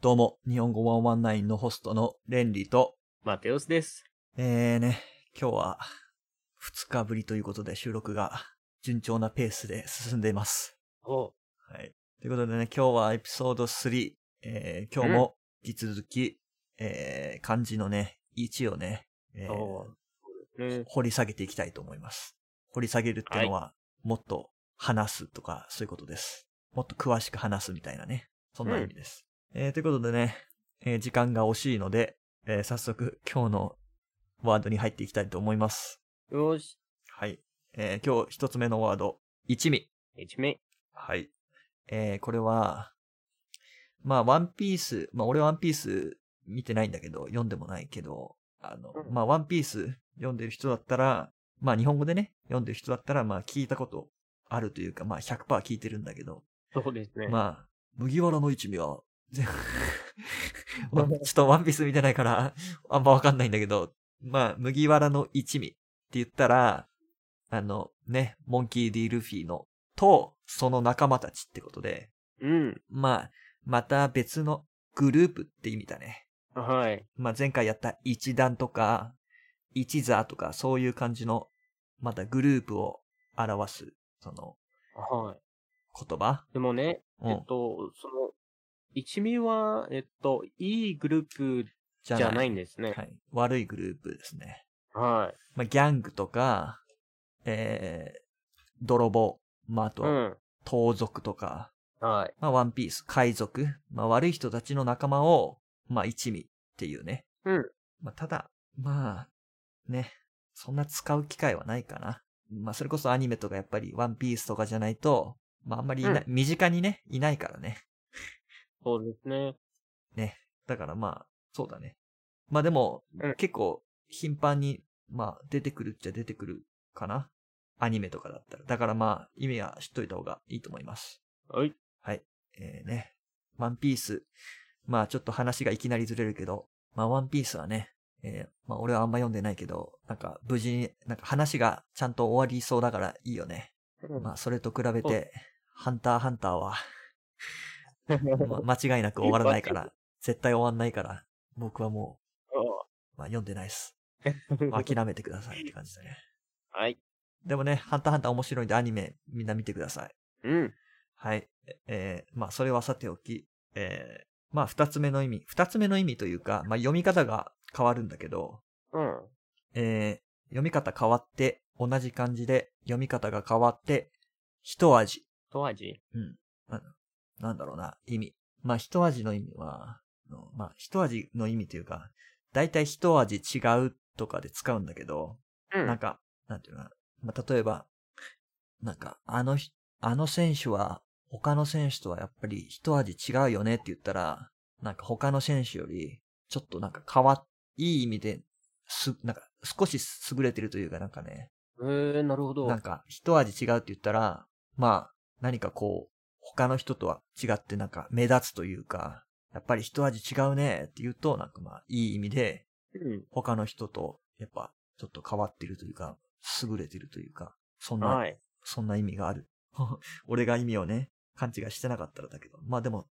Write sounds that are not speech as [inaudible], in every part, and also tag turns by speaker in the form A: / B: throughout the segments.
A: どうも、日本語119のホストのレンリと、
B: マテオスです。
A: えーね、今日は2日ぶりということで収録が順調なペースで進んでいます。
B: お
A: はい。ということでね、今日はエピソード3、えー、今日も引き続き、えー、漢字のね、1をね、えー
B: おうん。
A: 掘り下げていきたいと思います。掘り下げるっていうのは、もっと話すとか、そういうことです。もっと詳しく話すみたいなね。そんな意味です。えーということでね、えー時間が惜しいので、えー早速今日のワードに入っていきたいと思います。
B: よし。
A: はい。えー今日一つ目のワード、一味。
B: 一名。
A: はい。えーこれは、まあ、ワンピース、まあ、俺ワンピース見てないんだけど、読んでもないけど、あの、
B: うん
A: まあ、ワンピース読んでる人だったら、まあ、日本語でね、読んでる人だったら、まあ、聞いたことあるというか、まあ、100%聞いてるんだけど、
B: そうです [laughs] ね。
A: まあ、麦わらの一味
B: [laughs]
A: は、 [laughs] ぜまあちょっとワンピース見てないから、あんまわかんないんだけど、まあ、麦わらの一味って言ったら、あの、ね、モンキー・ディ・ルフィの、と、その仲間たちってことで、
B: うん。
A: まあ、また別のグループって意味だね。
B: はい。
A: まあ、前回やった一団とか、一座とか、そういう感じの、またグループを表す、その、
B: は
A: 言葉
B: い。でもね、
A: う
B: え
A: ん
B: っ。と、その、一味は、えっと、いいグループ
A: じ
B: じゃないんですね。
A: はい。悪いグループですね。
B: は
A: まあ、ギャングとか、えー、泥棒、まあ、あ
B: い。
A: と
B: う
A: は
B: ん。
A: 盗賊とか、
B: はい。
A: まあ、ワンピース、海賊、まあ、悪い人たちの仲間を、まあ、一味っていうね。
B: うん。
A: まあ、ただ、まあ、ね、そんな使う機会はないかな。まあ、それこそアニメとかやっぱりワンピースとかじゃないと、まあ、あんまりいない、身近にね、いないからね。
B: そうですね。
A: だからまあ、そうだね。まあでも、
B: うん
A: 結構頻繁に、まあ出てくるっちゃ出てくるかな。アニメとかだったら。だからまあ、意味は知っといた方がいいと思います。
B: はい。
A: はい。えー、ね。ワンピース。まあちょっと話がいきなりずれるけど、まあワンピースはね、えーまあ俺はあんま読んでないけど、なんか無事に、なんか話がちゃんと終わりそうだからいいよね。
B: うん [laughs]
A: まあそれと比べて、ハンターハンターは、ま間違いなく終わらないから、絶対終わんないから、僕はもう、まあ、読んでないです。まあ、諦めてくださいって感じだね。
B: はい。
A: でもね、ハンターハンター面白いんでアニメみんな見てください。
B: うん。
A: はい。えーまあ、それはさておき、えーまあ、二つ目の意味。二つ目の意味というか、まあ、読み方が変わるんだけど、
B: うん。
A: えー読み方変わって、同じ漢字で読み方が変わって、一味。
B: と味。
A: うん。あのなんだろうな、意味。まあ、一味の意味は、あのまあ、一味の意味というか、だいたい一味違うとかで使うんだけど、
B: うん。
A: なんか、なんていうのかな。まあ、例えば、なんか、あのひ、あの選手は、他の選手とはやっぱり一味違うよねって言ったら、なんか他の選手より、ちょっとなんか変わっ、いい意味で、す、なんか少し優れてるというかなんかね、
B: えー、なるほど。
A: なんか、一味違うって言ったら、まあ、何かこう、他の人とは違ってなんか目立つというか、やっぱり一味違うねって言うと、なんかまあ、いい意味で、
B: うん。
A: 他の人と、やっぱ、ちょっと変わってるというか、優れてるというか、そんな、
B: はい。
A: そんな意味がある。 [laughs] 俺が意味をね、勘違いしてなかったらだけど、まあでも、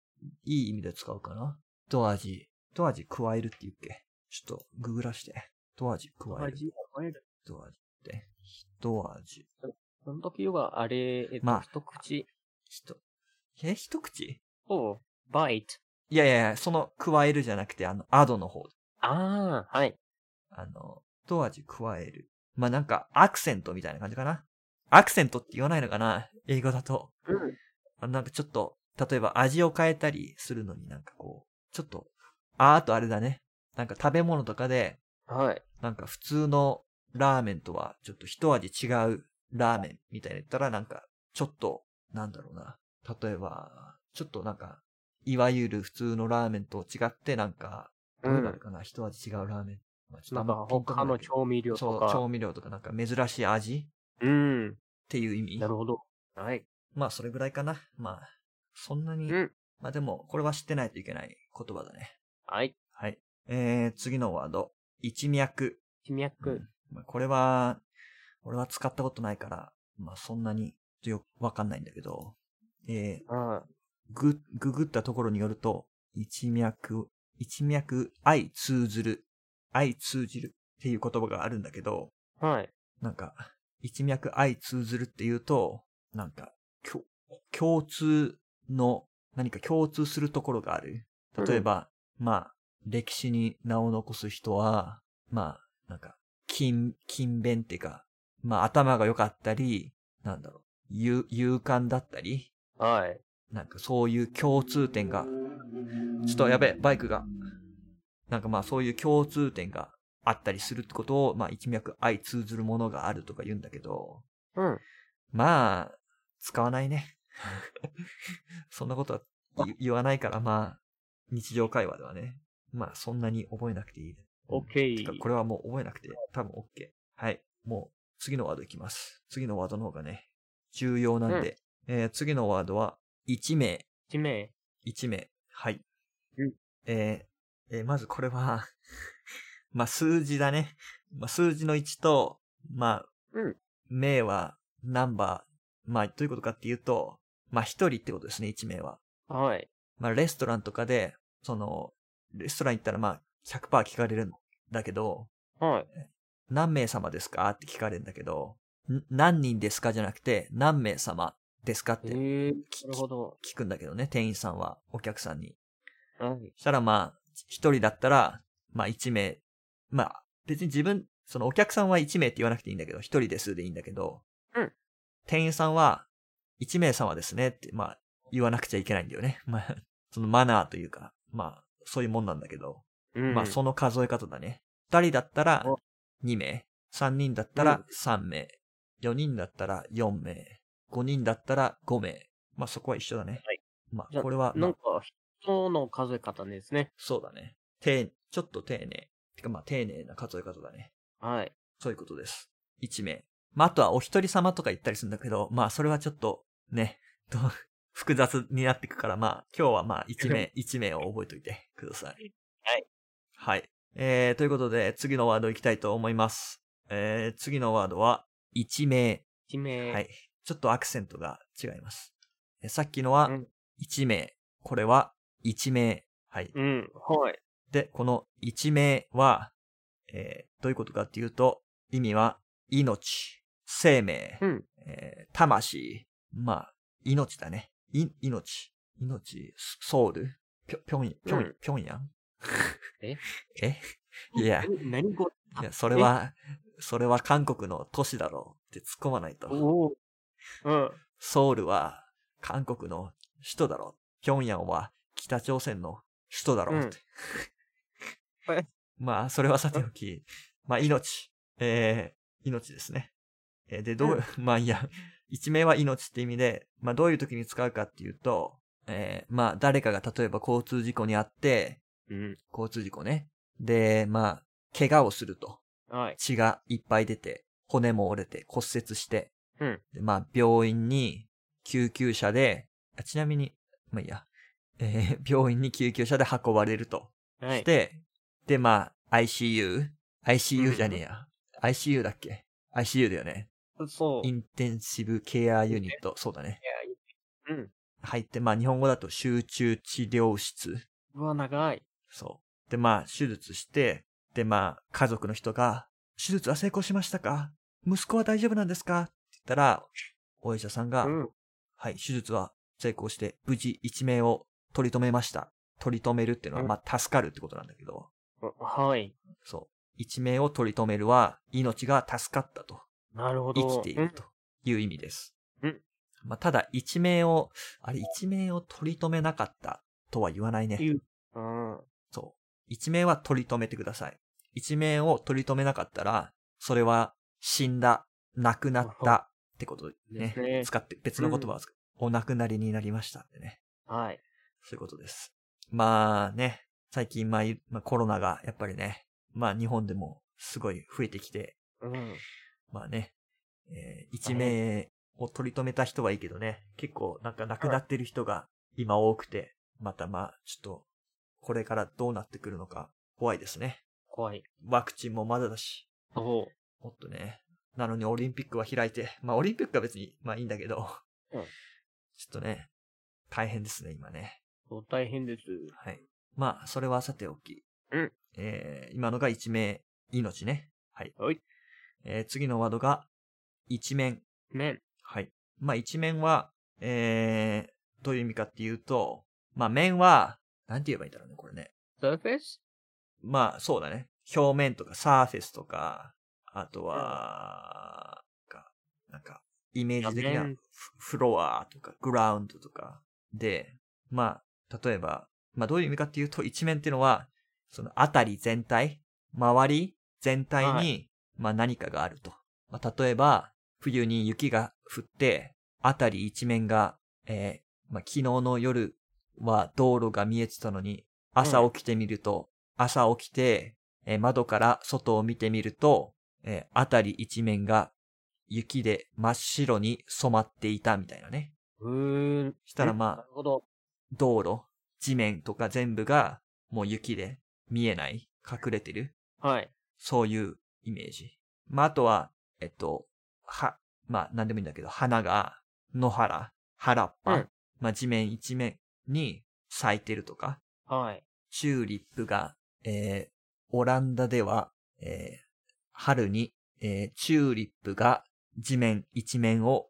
A: いい意味で使うかな。一味、一味加えるって言うっけちょっと、ググらして。一味加える。
B: 味を変える。
A: 一味って。一味。
B: その時は、あれ、えっと、
A: まあ
B: 一口
A: ひと、え、一口
B: を、バイト。
A: いやいやいや、その、加えるじゃなくて、あの、アドの方。
B: ああ、はい。
A: あの、一味加える。まあ、なんか、アクセントみたいな感じかな。アクセントって言わないのかな英語だと。
B: うん。
A: あなんかちょっと、例えば味を変えたりするのになんかこう、ちょっと、あーあとあれだね。なんか食べ物とかで、
B: はい。
A: なんか普通のラーメンとはちょっと一味違うラーメンみたいな言ったらなんかちょっとなんだろうな。例えば、ちょっとなんか、いわゆる普通のラーメンと違ってなんか、ど
B: う
A: うなる
B: ん。
A: かな、一味違うラーメン。まあ、ちょっと
B: な
A: あ
B: ん
A: ま
B: か
A: ピンとこな
B: 他
A: い
B: の
A: けど
B: 調味料と
A: そう、
B: か。
A: 調味料とかなんか珍しい味
B: うん。
A: っていう意味
B: な。るほど。はい。
A: まあそれぐらいかな。まあ、そんなに、
B: うん。
A: まあでもこれは知ってないといけない言葉だね。
B: はい。
A: はい。えー、次のワード。一脈。
B: 人脈。
A: うんまあ、これは、俺は使ったことないから、まあそんなによくわかんないんだけど、えー
B: ああ
A: グググったところによると、一脈、一脈、愛通ずる、愛通じるっていう言葉があるんだけど、
B: はい。
A: なんか、一脈相通ずるっていうと、なんか、きょ共通の、何か共通するところがある。例えば、まあ、歴史に名を残す人は、まあ、なんか、勤、勤勉っていうか、まあ、頭が良かったり、なんだろう、勇勇敢だったり、
B: はい。
A: なんかそういう共通点が、ちょっとやべえ、バイクが。なんかまあそういう共通点があったりするってことを、まあ一脈相通ずるものがあるとか言うんだけど、
B: うん。
A: まあ、使わないね。 [laughs] そんなことは言言わないから、まあ、日常会話ではね。まあそんなに覚えなくていいね。
B: OK
A: てかこれはもう覚えなくて、多分 OK。はい。もう次のワードいきます。次のワードの方がね、重要なんで。えー次のワードは、一名。
B: 地名。
A: 1名。はい。
B: うん
A: えーえーまずこれは、 [laughs] まあ、数字だね。まあ、数字の1と、まあ、
B: うん
A: 名は、ナンバー。まあ、どういうことかっていうと、まあ、1人ってことですね、1名は。
B: はい。
A: まあ、レストランとかで、その、レストラン行ったら、まあ、100%聞かれるんだけど、
B: はい。
A: 何名様ですかって聞かれるんだけど、ん何人ですかじゃなくて、何名様ですかって
B: えー、
A: き
B: なるほど。
A: 聞くんだけどね、店員さんは、お客さんに。
B: はい。
A: したらまあ、一人だったら、まあ一名。まあ、別に自分、そのお客さんは一名って言わなくていいんだけど、一人ですでいいんだけど、
B: うん
A: 店員さんは、一名様ですねって、まあ、言わなくちゃいけないんだよね。 [laughs] まあ、そのマナーというか、まあ、そういうもんなんだけど、
B: うん。
A: まあその数え方だね。二人だったら
B: お、
A: 二名。三人だったら、三名。四人だったら、四名。五人だったら、五名。まあそこは一緒だね。
B: はい
A: ま
B: じ
A: あ、
B: ゃあ
A: これは、ま
B: な
A: あ
B: んか、人の数え方ですね。
A: そうだね。丁ちょっと丁寧。てかまあ丁寧な数え方だね。
B: はい。
A: そういうことです。一名。まああとはお一人様とか言ったりするんだけど、まあそれはちょっと、ね、と [laughs] 複雑になっていくから、まあ今日はまあ一
B: [laughs]
A: 名、一名を覚えておいてください。
B: はい。
A: はい。えー、ということで次のワードいきたいと思います。えー、次のワードは、一名。
B: 地名。
A: はい。ちょっとアクセントが違います。えさっきのは
B: うん、
A: 一名。これは、一名。はい。
B: うん。はい。
A: で、この一名は、えーどういうことかっていうと、意味は、命、生命、
B: うん。
A: えー魂、まあ、命だね。い、命、命、ソウル、ぴょ、ぴょん、ぴょ
B: うん
A: ん、ぴょんやん
B: え
A: えいや、い
B: 何何語
A: や、それは、それは韓国の都市だろうって突っ込まないと。
B: おお。うん。
A: ソウルは、韓国の首都だろう。ピョンヤンは、北朝鮮の首都だろうって。 [laughs]
B: うんえ
A: まあ、それはさておき、まあ、命。えー、命ですね。えーで、どう、まあ、いや、一名は命って意味で、まあ、どういう時に使うかっていうと、えー、まあ、誰かが例えば交通事故にあって、
B: うん。
A: 交通事故ね。で、まあ、怪我をすると。
B: はい。
A: 血がいっぱい出て、骨も折れて骨折して、
B: うん
A: でまあ、病院に救急車で、あちなみに、まあいいや、えー病院に救急車で運ばれると
B: は
A: し
B: い。
A: て、で、まあ、ICU、
B: うん
A: ICU じゃねえや、ICU だっけ ?ICU だよね。
B: そう。
A: イ
B: い
A: ンテンシブケアユニット、そうだね。
B: やうん。
A: 入って、まあ、日本語だと集中治療室。
B: うわ、長い。
A: そう。で、まあ、手術して、で、まあ、家族の人が、手術は成功しましたか息子は大丈夫なんですかって言ったら、お医者さんが、
B: うん。
A: はい、手術は成功して、無事一命を取り留めました。取り留めるっていうの
B: う
A: は、
B: ん
A: まあ、助かるってことなんだけど、
B: はい。
A: そう。一命を取り留めるは、命が助かったと。
B: なるほど。
A: 生きているという意味です。
B: うん
A: まあ、ただ、一命を、あれ、一命を取り留めなかったとは言わないね。
B: 言う。うん。
A: そう。一命は取り留めてください。一命を取り留めなかったら、それは死んだ、亡くなったってことね。
B: ですね
A: 使って、別の言葉を使う。お亡くなりになりましたってね。
B: はい。
A: そういうことです。まあね、最近、まあ、いまあコロナがやっぱりね、まあ日本でもすごい増えてきて、
B: うん。
A: まあね、えー一命を取り留めた人はいいけどね、結構なんか亡くなってる人が今多くて、またまあ、ちょっと、これからどうなってくるのか怖いですね。
B: 怖い。
A: ワクチンもまだだし、
B: そ
A: もっとね。なのにオリンピックは開いて、まあオリンピックは別に、まあいいんだけど、
B: うん
A: ちょっとね、大変ですね、今ね。
B: う。そう、大変です。
A: はい。まあ、それはさておき。
B: うん
A: えー今のが一命、命ね。はい。
B: はい
A: えー次のワードが、一面。
B: 面。
A: はい。まあ、一面は、えー、どういう意味かっていうと、まあ、面は、なんて言えばいいんだろうね、これね。
B: surface?
A: まあ、そうだね。表面とか、サーフェスとか、あとは、かなんか、イメージ的
B: 画
A: な
B: 面
A: フフロアとか、グラウンドとか。で、まあ、例えば、まあ、どういう意味かっていうと、一面っていうのは、その、あたり全体、周り全体に、
B: は
A: まあ、何かがあると。まあ、例えば、冬に雪が降って、あたり一面が、えーまあ、昨日の夜は道路が見えてたのに、朝起きてみると、朝起きて、えー窓から外を見てみると、えーあたり一面が雪で真っ白に染まっていたみたいなね。
B: うーん。
A: したら
B: うん
A: まあ
B: なるほど。
A: 道路、地面とか全部がもう雪で見えない、隠れてる。
B: はい。
A: そういうイメージ。まあ、あとは、えっと、は、まあ、なんでもいいんだけど、花が野原、原っぱ、
B: うん
A: まあ、地面一面に咲いてるとか、
B: はい。
A: チューリップが、えー、オランダでは、えー、春に、えー、チューリップが地面一面を、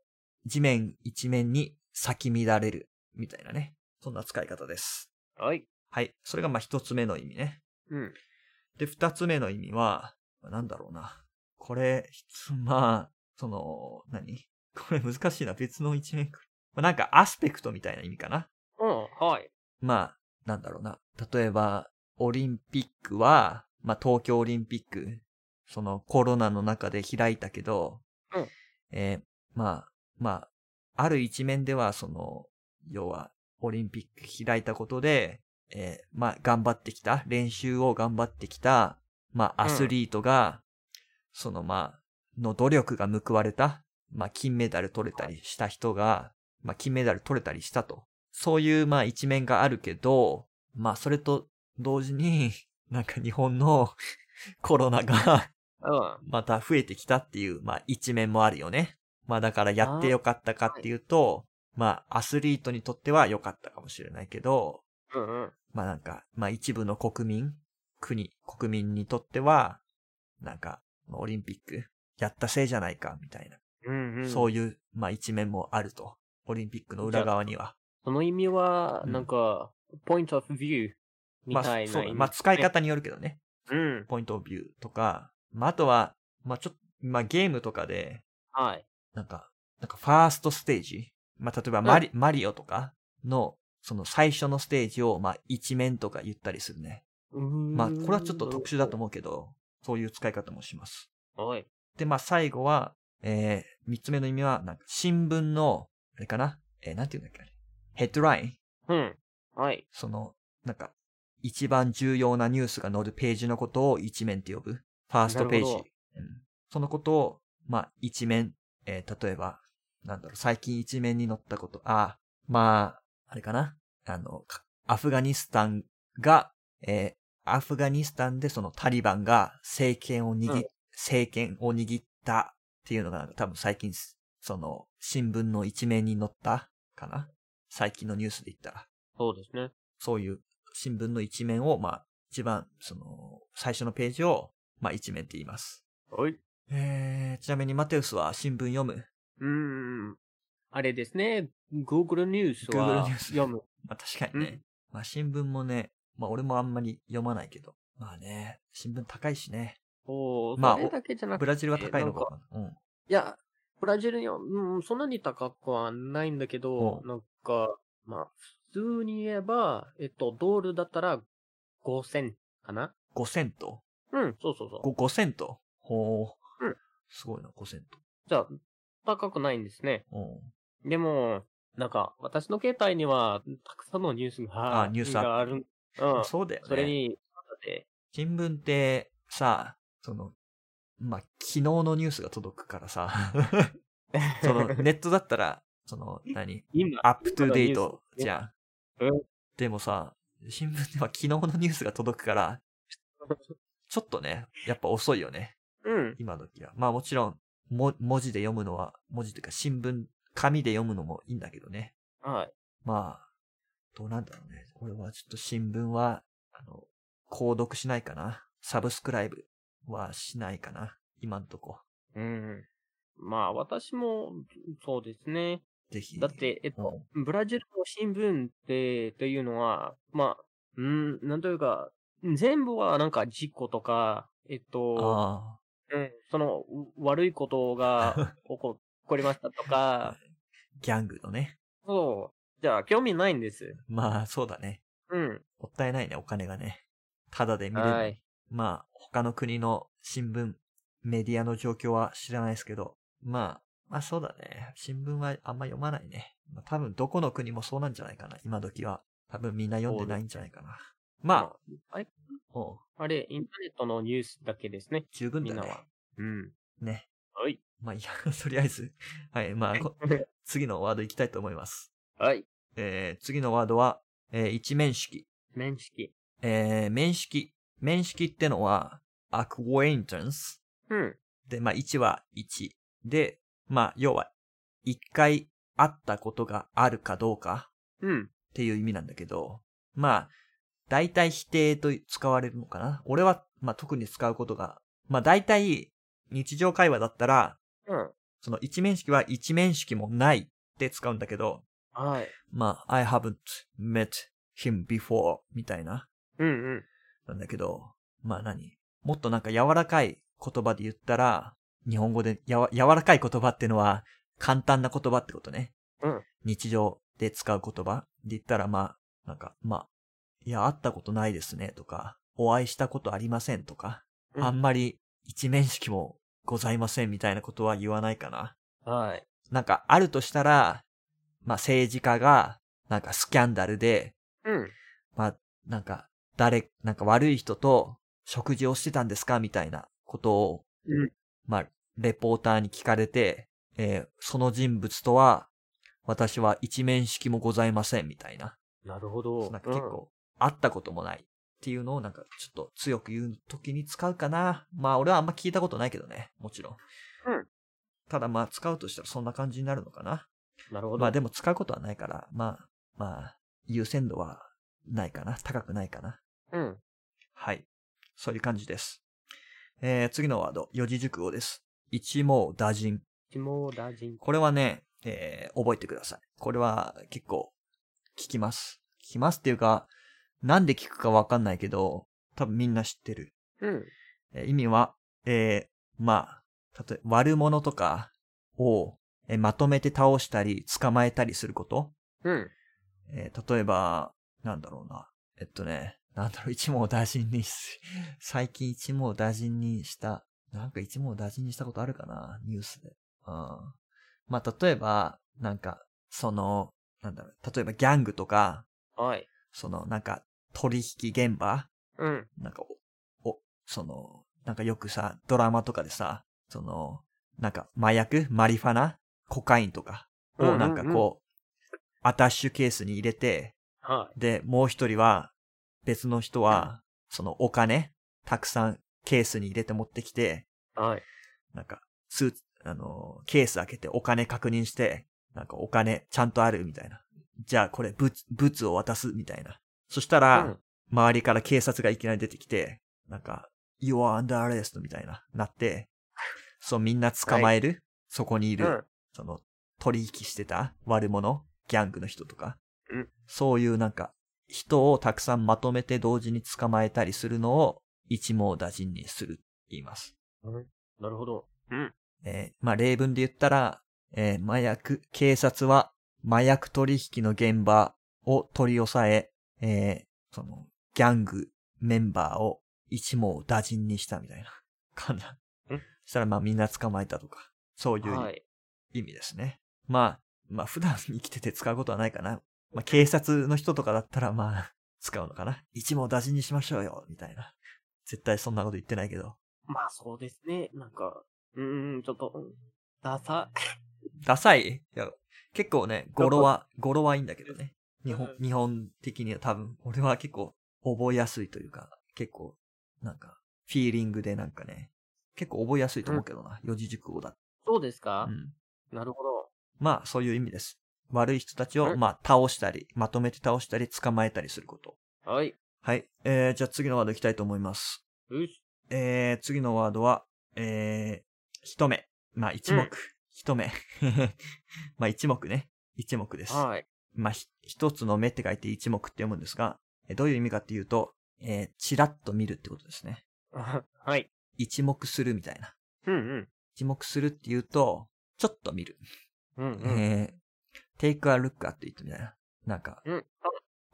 A: 地面一面に咲き乱れる、みたいなね。そんな使い方です。
B: はい。
A: はい。それがまあ一つ目の意味ね。
B: うん。
A: で、二つ目の意味は、なんだろうな。これ、ひつまあ、その、何これ難しいな。別の一面か。まあ、なんかアスペクトみたいな意味かな。
B: うん。はい。
A: まあ、なんだろうな。例えば、オリンピックは、まあ東京オリンピック、そのコロナの中で開いたけど、
B: うん
A: えーまあ、まあ、ある一面では、その、要は、オリンピック開いたことで、えーまあ、頑張ってきた、練習を頑張ってきた、まあ、
B: う
A: ア
B: ん
A: スリートが、その、まあ、の努力が報われた、まあ、金メダル取れたりした人が、まあ、金メダル取れたりしたと。そういう、まあ、一面があるけど、まあ、それと同時に、なんか日本のコロナが
B: うん。
A: また増えてきたっていう、まあ、一面もあるよね。まあ、だからやってよかったかっていうと、まあ、アスリートにとっては良かったかもしれないけど、
B: うんうん。
A: まあなんか、まあ一部の国民、国、国民にとっては、なんか、まあオリンピック、やったせいじゃないか、みたいな。
B: うんうん。
A: そういう、まあ一面もあると。オリンピックの裏側には。
B: その意味は、
A: うん
B: なんか、point of view み
A: まあ、
B: たいな意味です
A: そ
B: ね、
A: う、まあ使い方によるけどね。
B: うん。
A: ポイントオブビューとか、まああとは、まあちょっと、まあゲームとかで、
B: はい。
A: なんか、なんかファーストステージ。まあ例えばマリ、マリオとかの、その最初のステージを、まあ一面とか言ったりするね。ま
B: ま
A: あこれはちょっと特殊だと思うけど、そういう使い方もします。
B: 思う。はい。
A: で、まあ、最後は、えー、三つ目の意味は、なんか、新聞の、あれかなえー、なんて言うんだっけあれ。ヘッドライン
B: うん。はい。
A: その、なんか、一番重要なニュースが載るページのことを一面って呼ぶ。ファーストページ。
B: なるほ
A: うんそのことを、まあ、一面、えー例えば、なんだろう、最近一面に載ったこと、あ、まあ、あれかなあの、かアフガニスタンが、えーアフガニスタンでそのタリバンが政権を握、
B: うん
A: 政権を握ったっていうのがなんか多分最近す、その、新聞の一面に載ったかな最近のニュースで言ったら。
B: そうですね。
A: そういう新聞の一面を、まあ、一番、その、最初のページを、まあ、一面って言います。
B: はい。
A: えー、ちなみにマテウスは新聞読む。
B: うーん。あれですね。Google ニュース
A: Google
B: は
A: ニュース
B: 読む。
A: まあ、確かにね。
B: うん
A: まあ、新聞もね、まあ、俺もあんまり読まないけど。まあね、新聞高いしね。
B: おー
A: まあ
B: それだけじゃなくて。
A: ブラジルは高いの
B: なん
A: かな。うん。
B: いや、ブラジルには、うん、そんなに高くはないんだけど、
A: うん
B: なんか、まあ、普通に言えば、えっと、ドルだったら5000かな
A: 5セント
B: うん、そうそうそう。
A: ?5、5セントほう。
B: うん
A: すごいな、5セント。
B: じゃあ、高くないんですね。
A: うん。
B: でも、なんか、私の携帯には、たくさんのニュースが、
A: あニュースアプリ
B: がある。うん。そ
A: そうだよね。
B: れに、で
A: 新聞って、さ、その、まあ、昨日のニュースが届くからさ。
B: [laughs]
A: その、ネットだったら、その、何
B: 今、
A: アップトゥデートじゃん。
B: うん
A: でもさ、新聞では昨日のニュースが届くから、ちょっとね、やっぱ遅いよね。
B: うん、
A: 今時は。まあもちろん、も文字で読むのは、文字というか新聞、紙で読むのもいいんだけどね。
B: はい。
A: まあ、どうなんだろうね。俺はちょっと新聞は、あの、購読しないかな。サブスクライブはしないかな。今んとこ。
B: うん。まあ、私も、そうですね。
A: ぜひ。
B: だっ、て、えっと、ブラジルの新聞って、というのは、まあ、うん、なんというか、全部はなんか事故とか、えっと、
A: あ
B: うん、その、う悪いこ
A: [laughs]
B: とが起こ起こりましたとか
A: あ、、ギャングのね。
B: そう、じゃあ興味ないんです。
A: まあ、そうだね。
B: うん、
A: もったいないね、お金がね。ただで見れるの
B: は
A: に
B: い。
A: まあ、他の国の新聞、メディアの状況は知らないですけど、まあ、まあそうだね。新聞はあんま読まないね。まあ、多分どこの国もそうなんじゃないかな、今時は。多分みんな読んでないんじゃないかな。まあ、
B: あれ、
A: おう
B: あれ、インターネットのニュースだけですね。
A: 十分だ
B: みん
A: ね
B: なは。うん。
A: ね。
B: はい。
A: まあいいや、 [laughs] とりあえず。はい、まあ、
B: [laughs]
A: こ次のワードいきたいと思います。
B: はい。
A: えー、次のワードは、えー一面識。
B: 面識。
A: えー、面識。面識ってのは、acquaintance
B: うん。
A: で、まあ、1は1。で、まあ、要は、一回会ったことがあるかどうか
B: うん。
A: っていう意味なんだけど、まあ、大体否定と使われるのかな。俺は、まあ、特に使うことが、まあ、大体、日常会話だったら、
B: うん。
A: その一面識は一面識もないって使うんだけど、
B: はい。
A: まあ、I haven't met him before みたいな、
B: うんうん。
A: なんだけど、まあ何もっとなんか柔らかい言葉で言ったら、日本語でやわ柔らかい言葉ってのは簡単な言葉ってことね。
B: うん
A: 日常で使う言葉で言ったらまあ、なんか、まあ、いや、会ったことないですねとか、お会いしたことありませんとか、
B: うん
A: あんまり一面識もございませんみたいなことは言わないかな。
B: はい。
A: なんかあるとしたら、まあ政治家がなんかスキャンダルで
B: うん。
A: まあ、なんか、誰、なんか悪い人と食事をしてたんですかみたいなことを、
B: うん
A: まあ、レポーターに聞かれて、えーその人物とは、私は一面識もございません、みたいな。
B: なるほど。
A: なんか結構、会ったこともないっていうのをなんかちょっと強く言うときに使うかな。まあ俺はあんま聞いたことないけどね、もちろん。
B: うん
A: ただまあ使うとしたらそんな感じになるのかな。
B: うん。なるほど。
A: まあでも使うことはないから、まあ、まあ、優先度はないかな。高くないかな。
B: うん。
A: はい。そういう感じです。えー、次のワード、四字熟語です。一網打尽。
B: 一網打尽。
A: これはね、えー、覚えてください。これは結構聞きます。聞きますっていうか、なんで聞くかわかんないけど、多分みんな知ってる。
B: うん。
A: えー意味は、えー、まあ、例え、悪者とかを、えーまとめて倒したり、捕まえたりすること。
B: うん。
A: えー例えば、なんだろうな。えっとね、なんだろう、一網打尽にし、 [laughs] 最近一網打尽にした、なんか一網打尽にしたことあるかな、ニュースで。うん。まあ、例えば、なんか、その、なんだろう、例えばギャングとか、
B: はい。
A: その、なんか、取引現場
B: うん。
A: なんかお、お、その、なんかよくさ、ドラマとかでさ、その、なんか麻薬マリファナコカインとか
B: うん
A: を
B: うん
A: なんかこう、アタッシュケースに入れて、
B: は
A: で、もう一人は、別の人は、そのお金、たくさんケースに入れて持ってきて、
B: い。はい。
A: なんか、スーツ、あのー、ケース開けてお金確認して、なんかお金ちゃんとあるみたいな。じゃあこれ、ブツ、ブツを渡すみたいな。そしたら、
B: うん
A: 周りから警察がいきなり出てきて、なんか、you are under arrest みたいな、なって、そうみんな捕まえる、そこにいる、
B: うん。
A: その、取引してた悪者、ギャングの人とか、
B: うん
A: そういうなんか、人をたくさんまとめて同時に捕まえたりするのを一網打尽にするって言います。
B: なるほど。うん。
A: えーまあ例文で言ったら、えー麻薬、警察は麻薬取引の現場を取り押さえ、えーその、ギャングメンバーを一網打尽にしたみたいな。かな。
B: うん
A: そしたらまあみんな捕まえたとか、そういう
B: はい。
A: 意味ですね。まあ、まあ普段 [laughs] 生きてて使うことはないかな。まあ警察の人とかだったらまあ [laughs] 使うのかな。一網打尽にしましょうよ、みたいな。絶対そんなこと言ってないけど。
B: まあそうですね。なんか、うーん、ちょっと、うんダサ。
A: ダサいいや、結構ね、語呂は、語呂はいいんだけどね。日本、
B: う
A: 日本的には多分、俺は結構覚えやすいというか、結構、なんか、フィーリングでなんかね、結構覚えやすいと思うけどな。四字熟語だ。
B: そうです
A: う
B: か
A: ん。
B: なるほど。
A: まあ、そういう意味です。悪い人たちを、
B: ん
A: まあ、倒したり、まとめて倒したり、捕まえたりすること。
B: はい。
A: はい。えー、じゃあ次のワードいきたいと思います。
B: うっす。
A: えー、次のワードは、えー、一目。まあ、一目。
B: うん
A: 一目。 [laughs] まあ、一目ね。一目です。
B: はい。 [laughs]
A: まあ、ひ一つの目って書いて一目って読むんですが、えどういう意味かっていうと、えー、チラッと見るってことですね。
B: はい。
A: 一目するみたいな。
B: うんうん。
A: 一目するっていうと、ちょっと見る。
B: うんうん。
A: えー、take a look at it みたいな。なんか、
B: うん。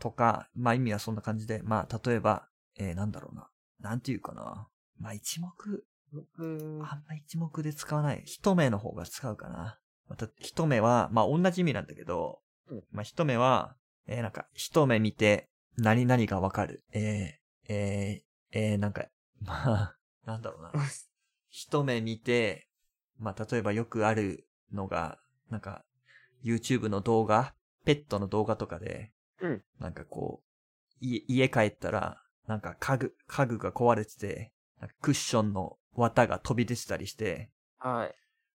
A: とか、まあ意味はそんな感じで、まあ例えば、えー、なんだろうな。なんていうかな。まあ一目、
B: 僕、
A: あんま一目で使わない。一目の方が使うかな。また、一目は、まあ同じ意味なんだけど
B: うん、
A: まあ一目は、えー、なんか、一目見て、何々がわかる。えー、えー、えー、なんか、 [laughs] まあ、なんだろうな。一目見て、まあ、例えばよくあるのが、なんか、YouTube の動画、ペットの動画とかで、
B: うん
A: なんかこう、い家帰ったら、なんか家具、家具が壊れてて、なんかクッションの綿が飛び出てたりして、
B: はい。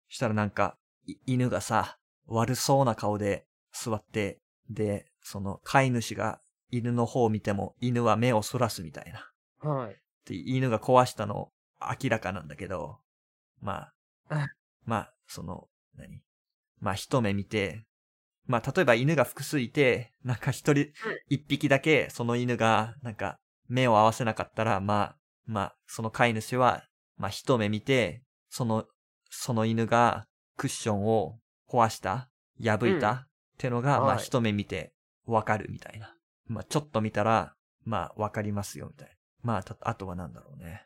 A: したらなんか、い犬がさ、悪そうな顔で座って、で、その飼い主が犬の方を見ても、犬は目をそらすみたいな。
B: はい。
A: って犬が壊したの明らかなんだけど、ま
B: うん
A: あ、まあ、その、何まあ一目見て、まあ例えば犬が複数いて、なんか一人、一匹だけその犬が、なんか目を合わせなかったら、まあ、まあその飼い主は、まあ一目見て、その、その犬がクッションを壊した、破いた、
B: うん
A: ってのが、ま
B: は
A: あ
B: い
A: 一目見てわかるみたいな。まあちょっと見たら、まあわかりますよみたいな。まあた、あとはなんだろうね。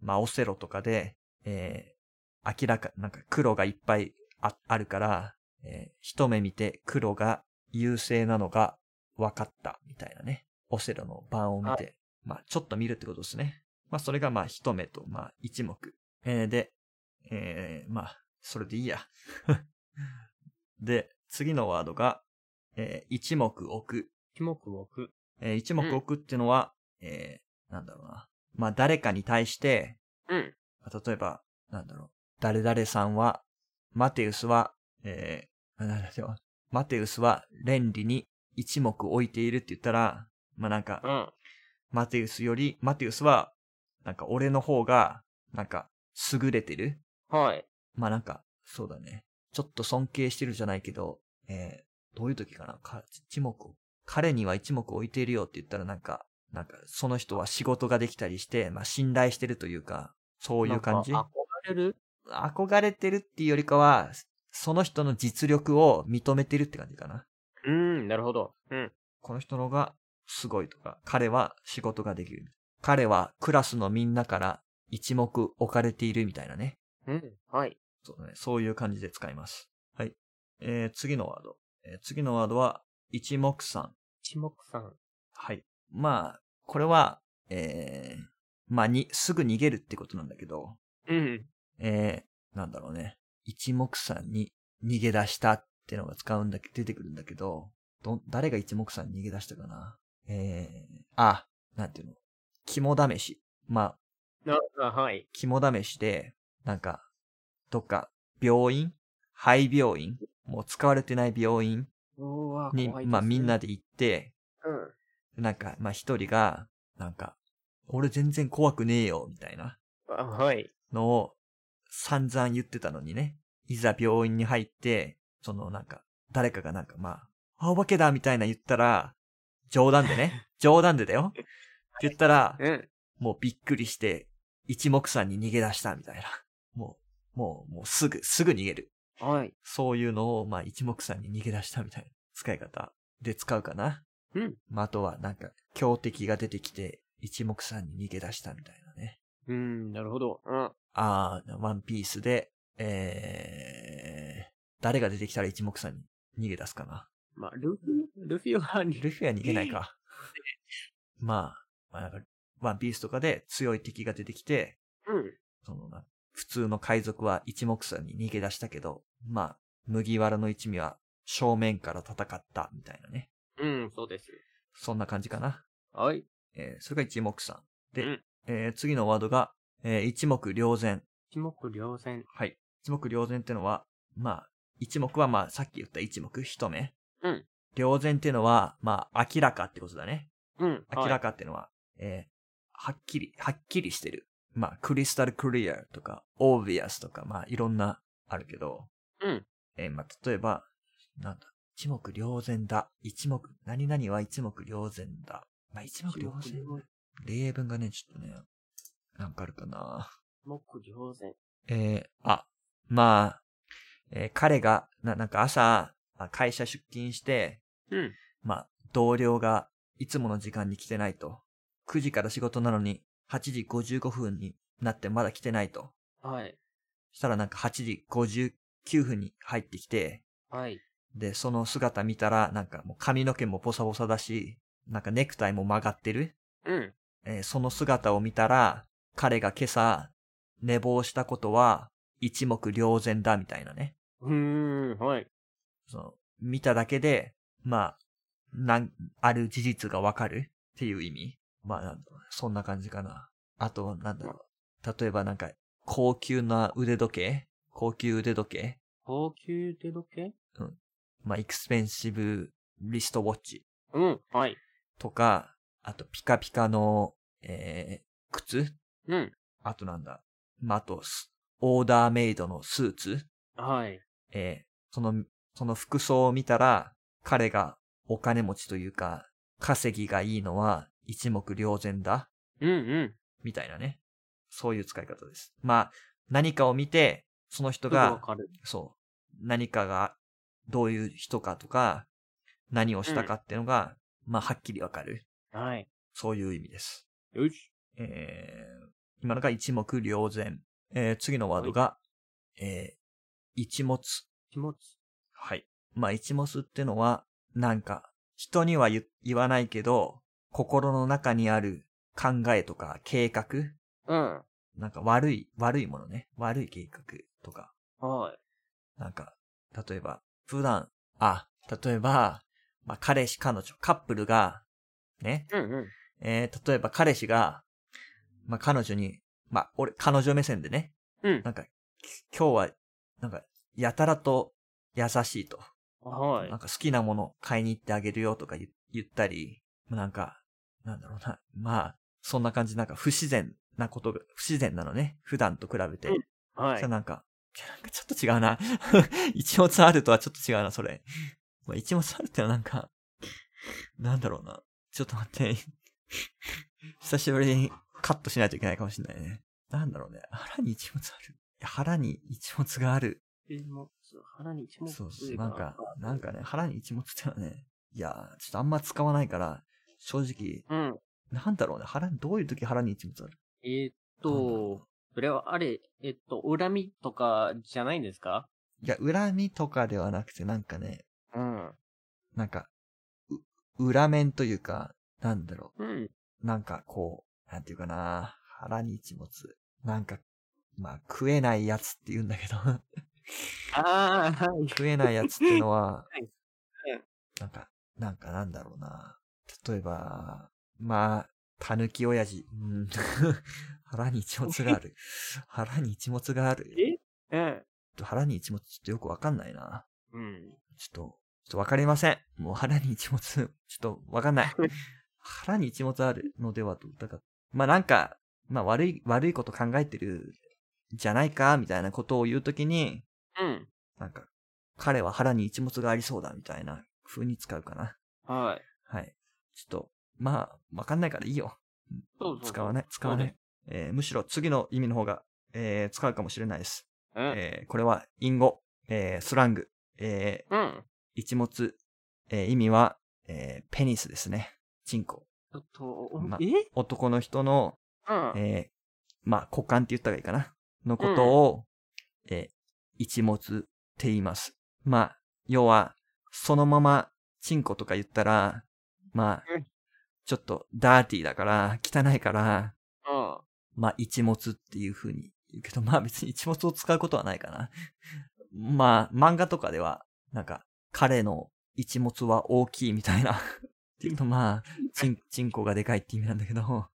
A: まあオセロとかで、えー、明らか、なんか黒がいっぱいああるから、えー一目見て黒が優勢なのが分かったみたいなね。オセロの版を見て、まあちょっと見るってことですね。まあそれがまあ一目とまあ一目。えーで、えーまあそれでいいや。で、次のワードが、えー一目置く。
B: 一目僕。
A: えー一目置くっていうのは、えーなんだろうな。まあ、誰かに対して、
B: うん。
A: まあ例えば、なんだろう。誰々さんは、マテウスは、えー、なんだろう。マテウスは倫理に一目置いているって言ったら、まあ、なんか
B: う、ん。
A: マテウスより、マテウスは、なんか俺の方が、なんか、優れてる
B: はい。
A: まあなんか、そうだね。ちょっと尊敬してるじゃないけど、えー、どういう時かなか一目を。彼には一目置いているよって言ったらなんか、なんか、その人は仕事ができたりして、まあ信頼してるというか、そういう感じ
B: なんか憧れる
A: 憧れてるっていうよりかは、その人の実力を認めてるって感じかな。
B: うん、なるほど。うん。
A: この人のがすごいとか、彼は仕事ができる。彼はクラスのみんなから一目置かれているみたいなね。
B: うん。はい。
A: そうだね。そういう感じで使います。はい。えー、次のワード。えー次のワードは、一目散。
B: 一目さん。
A: はい。まあ、これは、えー、まあ、に、すぐ逃げるってことなんだけど、
B: うん。
A: えー、なんだろうね。一目散に逃げ出したってのが使うんだけ、出てくるんだけど、どん、誰が一目散に逃げ出したかな。えー、あ、なんていうの。肝試し。まあ、
B: な、あはい。
A: 肝試しで、なんか、どっか、病院廃病院もう使われてない病院
B: うわ
A: に、
B: 怖いですね
A: まあみんな。で行って、
B: うん。
A: なんか、まあ一人が、なんか、俺全然怖くねえよ、みたいな
B: あはい。
A: のを散々言ってたのにね、いざ病院に入って、そのなんか、誰かがなんかまあ、あ、お化けだ、みたいな言ったら、冗談で
B: [laughs]
A: ね、冗談でだよ。って言ったら、
B: うん。
A: もうびっくりして、一目散に逃げ出したみたいな。 [laughs] もう、もう、もうすぐ、すぐ逃げる。
B: はい。
A: そういうのを、まあ一目散に逃げ出したみたいな使い方で使うかな。
B: うん。
A: まああとはなんか、強敵が出てきて、一目散に逃げ出したみたいなね。
B: うん、なるほど。うん。
A: ああ、ワンピースで、えー、誰が出てきたら一目散に逃げ出すかな。
B: まあ、ルフィ、 [laughs] ルフィは逃げ
A: ルフィは逃げないか。まあ、まあなんか、ワンピースとかで強い敵が出てきて、
B: うん。
A: そのな、普通の海賊は一目散に逃げ出したけど、まあ、麦わらの一味は正面から戦った、みたいなね。
B: うん、そうです。
A: そんな感じかな。
B: はい。
A: えーそれが一目散。で、
B: うん
A: えー次のワードが、えー一目瞭然。
B: 一目瞭然。
A: はい。一目瞭然ってのは、まあ、一目はまあ、さっき言った一目、一目。
B: うん
A: 両前っていうのは、まあ、明らかってことだね。
B: うん。
A: 明ら
B: か。
A: かっていうのは、えーはっきり、はっきりしてる。まあ、クリスタルクリアとか、オービアスとか、まあ、いろんなあるけど、
B: うん。
A: えーまあ、例えば、なんだ、一目瞭然だ。一目、何々は一目瞭然だ。まあ、一目瞭然。例文がね、ちょっとね、なんかあるかな。
B: 目瞭然。
A: えーあ、まあ、えー彼が、な、なんか朝、あ会社出勤して、
B: うん。
A: まあ、同僚がいつもの時間に来てないと。9時から仕事なのに、8時55分になってまだ来てないと。
B: はい。
A: したらなんか8時59分に入ってきて、
B: はい。
A: で、その姿見たら、なんかもう髪の毛もボサボサだし、なんかネクタイも曲がってる。
B: うん。
A: えーその姿を見たら、彼が今朝、寝坊したことは、一目瞭然だ、みたいなね。
B: うーん。はい。
A: その、見ただけで、まあ、なん、ある事実がわかるっていう意味。まあ、なんそんな感じかな。あとは、なんだろう。例えばなんか、高級な腕時計高級腕時計
B: 高級腕時計
A: まあ、エクスペンシブリストウォッチ
B: うん。はい。
A: とか、あと、ピカピカの、えー、靴
B: うん。
A: あとなんだ。まあ、あとス、オーダーメイドのスーツ
B: はい。
A: えーその、その服装を見たら、彼がお金持ちというか、稼ぎがいいのは一目瞭然だ、
B: うんうん。
A: みたいなね。そういう使い方です。まあ、何かを見て、その人
B: すぐわ
A: が、
B: かる。
A: そう、何かが、どういう人かとか、何をしたかっていうのが、まあ、はっきりわかる。
B: はい。
A: そういう意味です。
B: よし。
A: えー今のが一目瞭然。えー次のワードが、えー一物。
B: 気持ち。
A: はい。まあ、一物ってのは、なんか、人には言言わないけど、心の中にある考えとか計画、
B: うん。
A: なんか悪い、悪いものね。悪い計画とか、
B: はい。
A: なんか、例えば、普段、あ、例えば、まあ、彼氏、彼女、カップルが、ね、
B: うんうん。
A: えー例えば彼氏が、まあ、彼女に、まあ、俺、彼女目線でね、
B: うん。
A: なんか、き今日は、なんか、やたらと優しいと。
B: はい
A: なん。か好きなもの買いに行ってあげるよとか言言ったり、まあなんか、なんだろうな。まあ、そんな感じ、なんか不自然なことが、不自然なのね。普段と比べて。
B: うんは
A: じゃ
B: い。
A: なんか、じゃなんかちょっと違うな。 [laughs] 一物あるとはちょっと違うな、それ。まあ、一物あるってのはなんか、なんだろうな。ちょっと待って。 [laughs] 久しぶりにカットしないといけないかもしれないね。なんだろうね。腹に一物ある。いや腹に一物がある。
B: 一物腹に一物
A: そうそう。なんか、なんかね、腹に一物ってのはね、いやー、ちょっとあんま使わないから、正直、
B: うん。
A: なんだろうね、腹に、どういう時腹に一物ある
B: えーっと、それはあれ、えっと、恨みとかじゃないんですか
A: いや、恨みとかではなくて、なんかね、
B: うん。
A: なんか、う、裏面というか、なんだろ
B: うん。
A: う、なんかこう、なんていうかな、腹に一物。なんか、まあ、食えないやつって言うんだけ
B: [laughs]
A: ど、
B: ああ、はい。
A: 食えないやつってのは
B: はいうん、
A: なんか、なんかなんだろうな。例えば、まあ、たぬき親父。うん [laughs] 腹に一物があ
B: [laughs]
A: る。腹に一物がある。
B: うん。
A: 腹に一物ちょっとよくわかんないな。
B: うん。
A: ちょっと、ちょっとわかりません。もう腹に一物、ちょっとわかんない。腹に一物あるのではと、だから、まあなんか、まあ悪い、悪いこと考えてるじゃないか、みたいなことを言うときに、
B: うん。
A: なんか、彼は腹に一物がありそうだみたいな風に使うかな。
B: はい。
A: はい。ちょっと、まあ、わかんないからいいよ。
B: そうそうそう
A: 使わない、使わない。えーむしろ次の意味の方が、えー使うかもしれないです。
B: うん。
A: えーこれは、隠語、えースラング、えー
B: うん。
A: 一物、えー意味は、えーペニスですね。チンコ。
B: ちょっと、
A: ま
B: え
A: 男の人の、
B: うん。
A: えーまあ、股間って言った方がいいかな。のことを、えー一物って言います。まあ、要は、そのまま、チンコとか言ったら、まあ
B: うん、
A: ちょっとダーティーだから、汚いから、
B: うん。
A: まあ、一物っていう風に言うけど、まあ別に一物を使うことはないかな。 [laughs] まあ、漫画とかでは、なんか、彼の一物は大きいみたいな。 [laughs] っていうと、まあ、チン、チンコがでかいって意味なんだけど、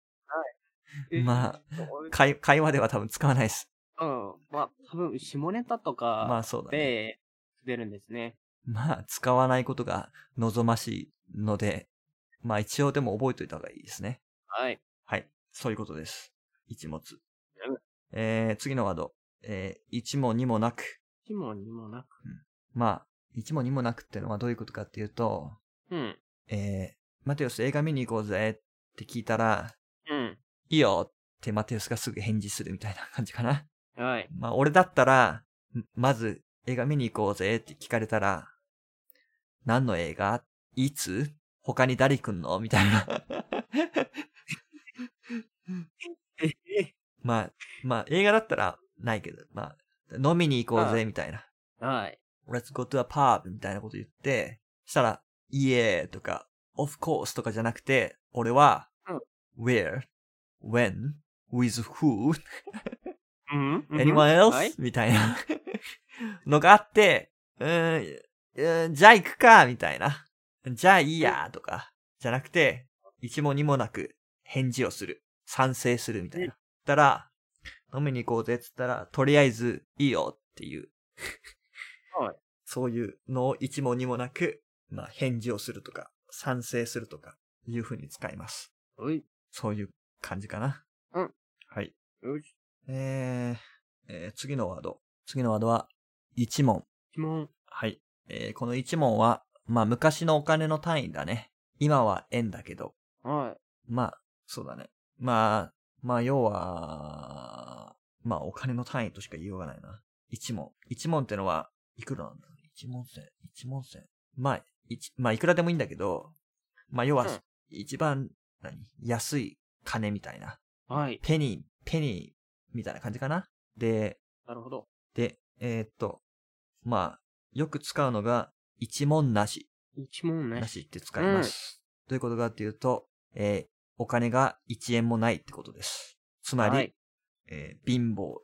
B: え
A: ま会会話では多分使わないです。
B: うん。まあ、多分、下ネタと
A: まあ
B: か
A: そうだね。
B: で、出るんですね。
A: まあ、使わないことが望ましいので、まあ一応でも覚えといた方がいいですね。
B: はい。
A: はい。そういうことです。一物
B: うん。
A: えー、次のワード。えー、一も二もなく。
B: 一も二もなく。
A: まあ、一も二もなくっていうのはどういうことかっていうと、
B: うん。
A: えー、マテウス映画見に行こうぜって聞いたら、
B: うん。
A: いいよってマテウスがすぐ返事するみたいな感じかな。 [laughs]
B: はい。
A: まあ、俺だったら、んまず映画見に行こうぜって聞かれたら、何の映画いつ他に誰来んのみたいな。 [laughs]
B: ええ。
A: まあ、まあ、映画だったらないけど、まあ、飲みに行こう
B: あ
A: ぜみたいな。
B: はい。
A: Let's go to a pub みたいなこと言って、したら、イエーとか、of course とかじゃなくて、俺は、where, when, with who,
B: うん。
A: anyone else?、
B: はい。
A: みたいなのがあって、うーん、うーんじゃあ行くかみたいな。じゃあいいやとか、じゃなくて、一も二もなく返事をする。賛成するみたいな。たら、飲みに行こうぜって言ったら、とりあえずいいよっていう。
B: はい
A: そういうのを一も二もなく、まあ返事をするとか、賛成するとか、いう風に使います。
B: はい。
A: そういう感じかな。
B: うん。
A: はい。
B: よし。
A: えーえー次のワード。次のワードは、一問。
B: 一問。
A: はい。えーこの一問は、まあ昔のお金の単位だね。今は円だけど、
B: はい。
A: まあ、そうだね。まあ、まあ要は、まあお金の単位としか言いようがないな。一問。一問ってのは、いくらなんだろう一問銭。一問銭。まあ、一、まあいくらでもいいんだけど、まあ要は
B: うん、
A: 一番、何安い金みたいな。
B: はい。
A: ペニー、ペニーみたいな感じかな。で、
B: なるほど。
A: で、えーっと、まあ、よく使うのが、一文なし、
B: 一問ね
A: な。しって使います。どういうことかっていうと、えーお金が1円もないってことです。つまり、
B: はい。
A: えー貧乏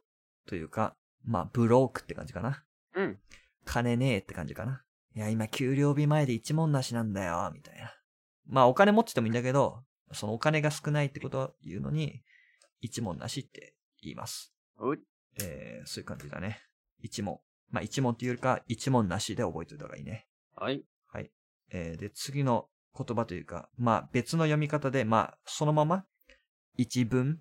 A: というか、まあ、ブロークって感じかな。
B: うん。
A: 金ねえって感じかな。いや、今、給料日前で一文なしなんだよ、みたいな。まあ、お金持っててもいいんだけど、そのお金が少ないってことを言うのに、一文なしって言います。
B: はい。
A: えー、そういう感じだね。一問。まあ、一問っていうよりか、一問なしで覚えておいた方がいいね。
B: はい。
A: えー、で、次の言葉というか、まあ、別の読み方で、まあ、そのまま、一文。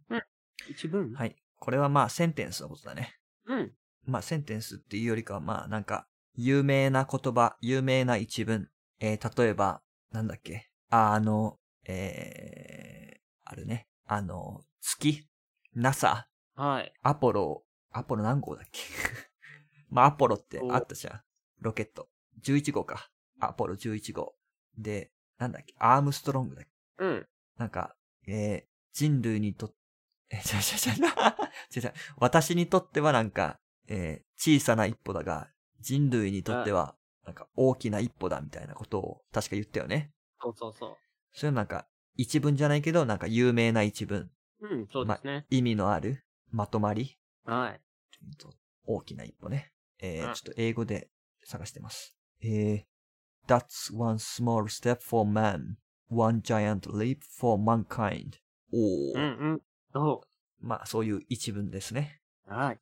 B: 一文。
A: はい。これはまあ、センテンスのことだね。
B: うん。
A: まあ、センテンスっていうよりかは、まあ、なんか、有名な言葉、有名な一文。えー、例えば、なんだっけ。あの、えー、あるね。あの、月 ?NASA?
B: はい。
A: アポロ、アポロ何号だっけ [laughs] まあ、アポロってあったじゃん。ロケット。11号か。アポロ11号。で、なんだっけアームストロングだっけ
B: うん。
A: なんか、えー人類にとっ、え、違う違 [laughs] う違う。違う違う。私にとってはなんか、えー小さな一歩だが、人類にとっては、なんか大きな一歩だみたいなことを確か言ったよね。
B: そうそうそ
A: それはなんか、一文じゃないけど、なんか有名な一文。
B: う。うん。そうですね。
A: 意味のある、まとまり
B: はい。
A: 大きな一歩ね。えー
B: うん
A: ちょっと英語で探してます。えー That's one small step for man, one giant leap for mankind. お
B: う
A: ー
B: んうん。そ
A: まあ、そういう一文ですね。
B: う。はい。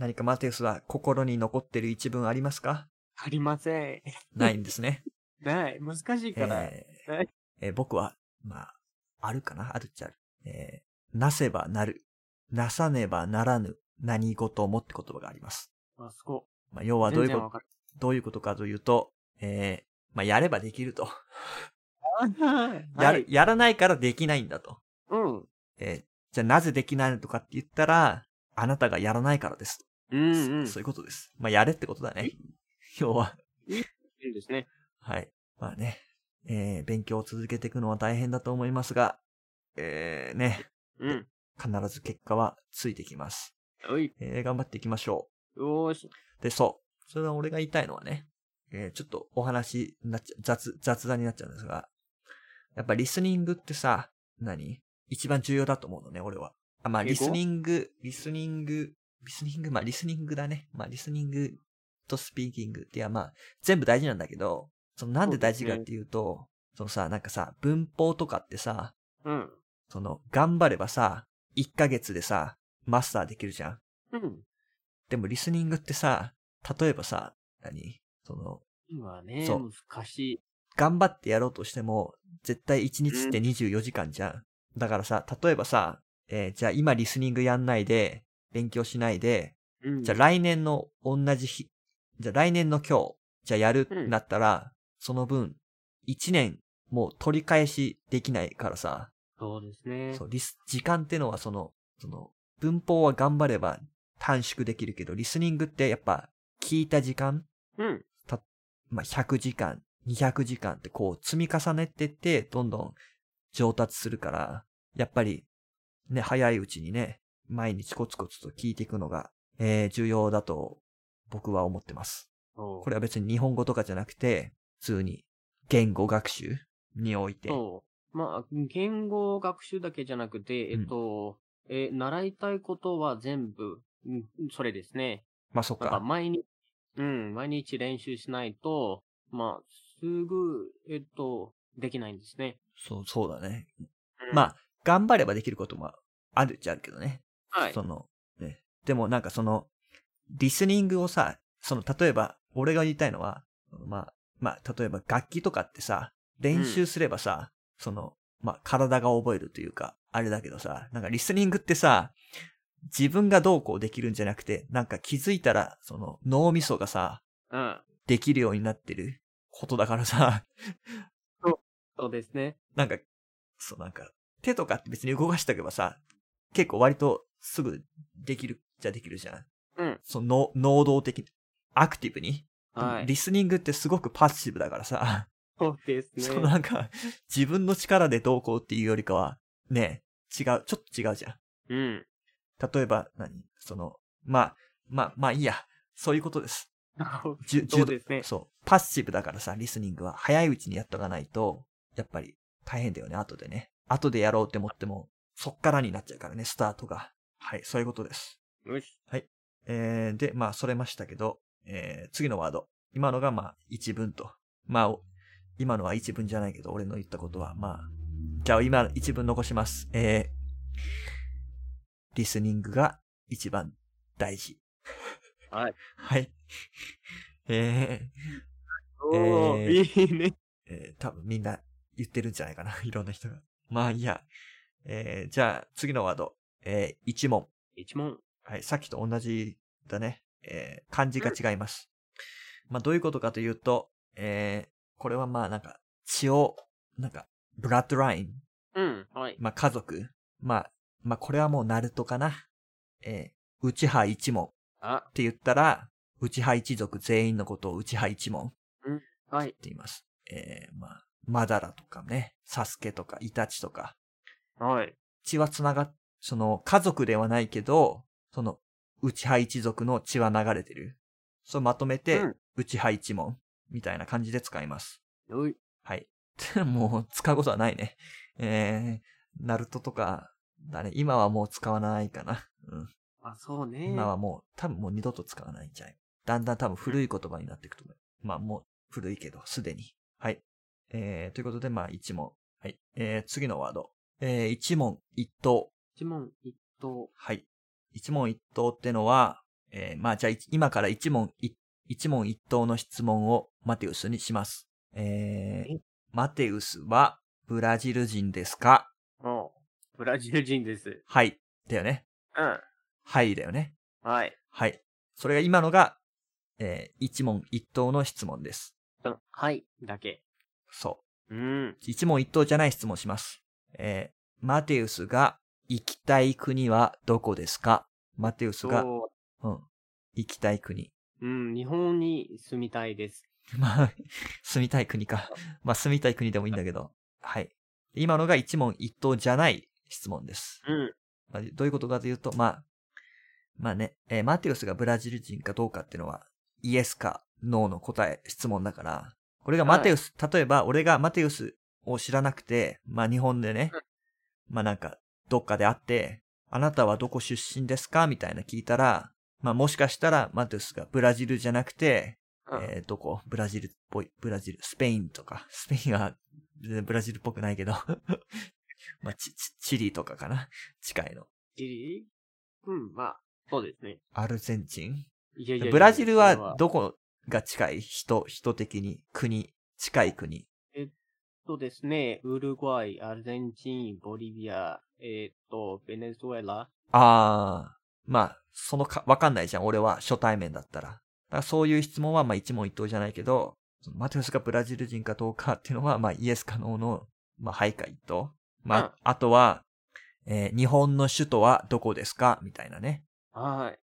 A: 何かマテウスは心に残ってる一文ありますか
B: ありません。
A: ないんですね。
B: ない。難 [laughs] しいから。
A: え
B: は
A: ー
B: い
A: えー僕は、まあ、あるかなあるっちゃある。えーなせばなる。なさねばならぬ。何事もって言葉があります。
B: あそこ。
A: まあ、要はどういう
B: 全
A: こ
B: 然
A: と
B: わかる
A: どういうことかというと、えーまあ、やればできると。
B: はい
A: やる、やらないからできないんだと。
B: うん。
A: えーじゃあなぜできないのかって言ったら、あなたがやらないからです。
B: うんうん。
A: そ
B: そ
A: い
B: う
A: うことです。まあ、やれってことだね。要は。
B: うですね。
A: はい。まあね、えー勉強を続けていくのは大変だと思いますが、えーね、
B: うん。
A: 必ず結果はついてきます。
B: おい。
A: えー頑張っていきましょう。
B: よーし。
A: で、そう。それは俺が言いたいのはね、えーちょっとお話になっちゃ、雑、雑談になっちゃうんですが、やっぱリスニングってさ、何一番重要だと思うのね、俺は。あ、まあ、
B: 英語
A: リスニング、リスニング、リスニング、まあ、リスニングだね。まあ、リスニングとスピーキングって、いや、まあ、全部大事なんだけど、そのなんで大事かっていうと、そのさ、なんかさ、文法とかってさ、
B: うん。
A: その、頑張ればさ、1ヶ月でさ、マスターできるじゃん。
B: うん。
A: でもリスニングってさ、例えばさ、何その、
B: はね、
A: そう
B: 難しい。
A: 頑張ってやろうとしても、絶対1日って
B: う
A: 24時間じゃん。だからさ、例えばさ、えーじゃあ今リスニングやんないで、勉強しないで、
B: うん、
A: じゃあ来年の同じ日、じゃあ来年の今日、じゃあやる
B: うん
A: ってなったら、その分、1年もう取り返しできないからさ、
B: そうですね。
A: そう、リス、時間ってのはその、その、文法は頑張れば短縮できるけど、リスニングってやっぱ聞いた時間
B: うん。
A: まあ、100時間、200時間ってこう積み重ねてって、どんどん上達するから、やっぱりね、早いうちにね、毎日コツコツと聞いていくのが、えー重要だと僕は思ってます。
B: こ
A: これは別に日本語とかじゃなくて、普通に言語学習において。
B: そう。まあ、言語学習だけじゃなくて、えっと、えー習いたいことは全部、うんそれですね。
A: まあそっ
B: なんか
A: か。
B: 毎日、うん、毎日練習しないと、まあ、すぐ、えっと、できないんですね。
A: そう、そうだね。
B: うん
A: まあ、頑張ればできることもあるっちゃあるけどね。
B: はい。
A: その、ね。でもなんかその、リスニングをさ、その、例えば、俺が言いたいのは、まあ、まあ、例えば楽器とかってさ、練習すればさ、その、まあ、体が覚えるというか、あれだけどさ、なんかリスニングってさ、自分がどうこうできるんじゃなくて、なんか気づいたら、その、脳みそがさ、
B: うん。
A: できるようになってることだからさ、
B: そうですね。
A: なんか、そうなんか、手とかって別に動かしておけばさ、結構割とすぐできるじゃできるじゃん。
B: うん。
A: その、能動的に、アクティブに。
B: はい。
A: リスニングってすごくパッシブだからさ、
B: そうですね。
A: そうなんか、自分の力でどうこうっていうよりかは、ね、違う、ちょっと違うじゃん。
B: うん。
A: 例えば何、その、まあ、まあ、まあいいや。そういうことです。
B: [laughs]
A: じゅ
B: そうですね。
A: そう。パッシブだからさ、リスニングは早いうちにやっとかないと、やっぱり大変だよね、後でね。後でやろうって思っても、そっからになっちゃうからね、スタートが。はい、そういうことです。
B: よし。
A: えーで、まあ、それましたけど、えー次のワード。今のが、まあ、一文と。まあ、お今のは一文じゃないけど、俺の言ったことは、まあ、じゃあ今、一文残します。えーリスニングが一番大事。
B: はい。
A: はい。えー
B: おー、
A: え
B: いいね。
A: えー多分みんな言ってるんじゃないか [laughs] な。いろんな人が。まあ、いいや。えーじゃあ、次のワード。えー一問。
B: 一問。
A: はい、さっきと同じだね。えー漢字が違います。まあ、どういうことかというと、えーこれはまあなんか、血を、なんか、ブラッドライン、
B: うん。はい。
A: まあ家族、まあ、まあこれはもうナルトかな。えー、内派一門っ
B: あ、
A: て言ったら、内派一族全員のことを内派一門って
B: はい。
A: 言います。えーまあ、マダラとかね、サスケとか、イタチとか、
B: はい。
A: 血は繋がっ、その家族ではないけど、その内派一族の血は流れてる。そうまとめて、
B: うん
A: 内派一門みたいな感じで使います。
B: よい。
A: はい。 [laughs] もう使うことはないね。えー、ナルトとかだね。今はもう使わないかな。うん。
B: あ、そうね。
A: 今はもう多分もう二度と使わないんじゃないだんだん多分古い言葉になっていくと思う。まあもう古いけど、すでに。はい。えー、ということでまあ一問。はい。えー、次のワード。えー、一問一答。
B: 一問一答。
A: はい。一問一答ってのは、えーまあじゃあい今から一問一、一問一答の質問をマテウスにします。えー
B: え
A: マテウスはブラジル人ですか
B: おブラジル人です。
A: はい。だよね。
B: うん。
A: はいだよね。
B: はい。
A: はい。それが今のが、えー一問一答の質問です。
B: そのはい。だけ。
A: そ
B: うん
A: う。。一問一答じゃない質問します。えーマテウスが行きたい国はどこですかマテウスが、
B: そ
A: うん、行きたい国。 [laughs]
B: う。うん。日本に住みたいです。
A: まあ、住みたい国か。まあ、住みたい国でもいいんだけど。はい。今のが一問一答じゃない質問です。
B: うん。
A: まあどういうことかというと、まあ、まあね、えーマテウスがブラジル人かどうかっていうのは、イエスかノーの答え、質問だから、これがマテウス、例えば俺がマテウスを知らなくて、まあ日本でね
B: うん、
A: まあなんか、どっかで会って、あなたはどこ出身ですかみたいな聞いたら、まあもしかしたらマテウスがブラジルじゃなくて、
B: うん
A: えー、どこブラジルっぽい、ブラジル、スペインとか、スペインは全然ブラジルっぽくないけど、 [laughs] まあ、チチチリとかかな近いの。
B: チリうん。まあ、そうですね。
A: アルゼンチン
B: いやいやいや
A: ブラジル
B: それ
A: はどこが近い人、人的に、国、近い国。
B: そうですね。ウルグアイ、アルゼンチン、ボリビア、えーっと、ベネズエラ。
A: ああ、まあ、そのか、わかんないじゃん。俺は初対面だったら。だからそういう質問は、まあ一問一答じゃないけど、そのマテウスがブラジル人かどうかっていうのは、まあイエス可能の、まあはいか一答。まあ、あとは、えー日本の首都はどこですかみたいなね。
B: はい。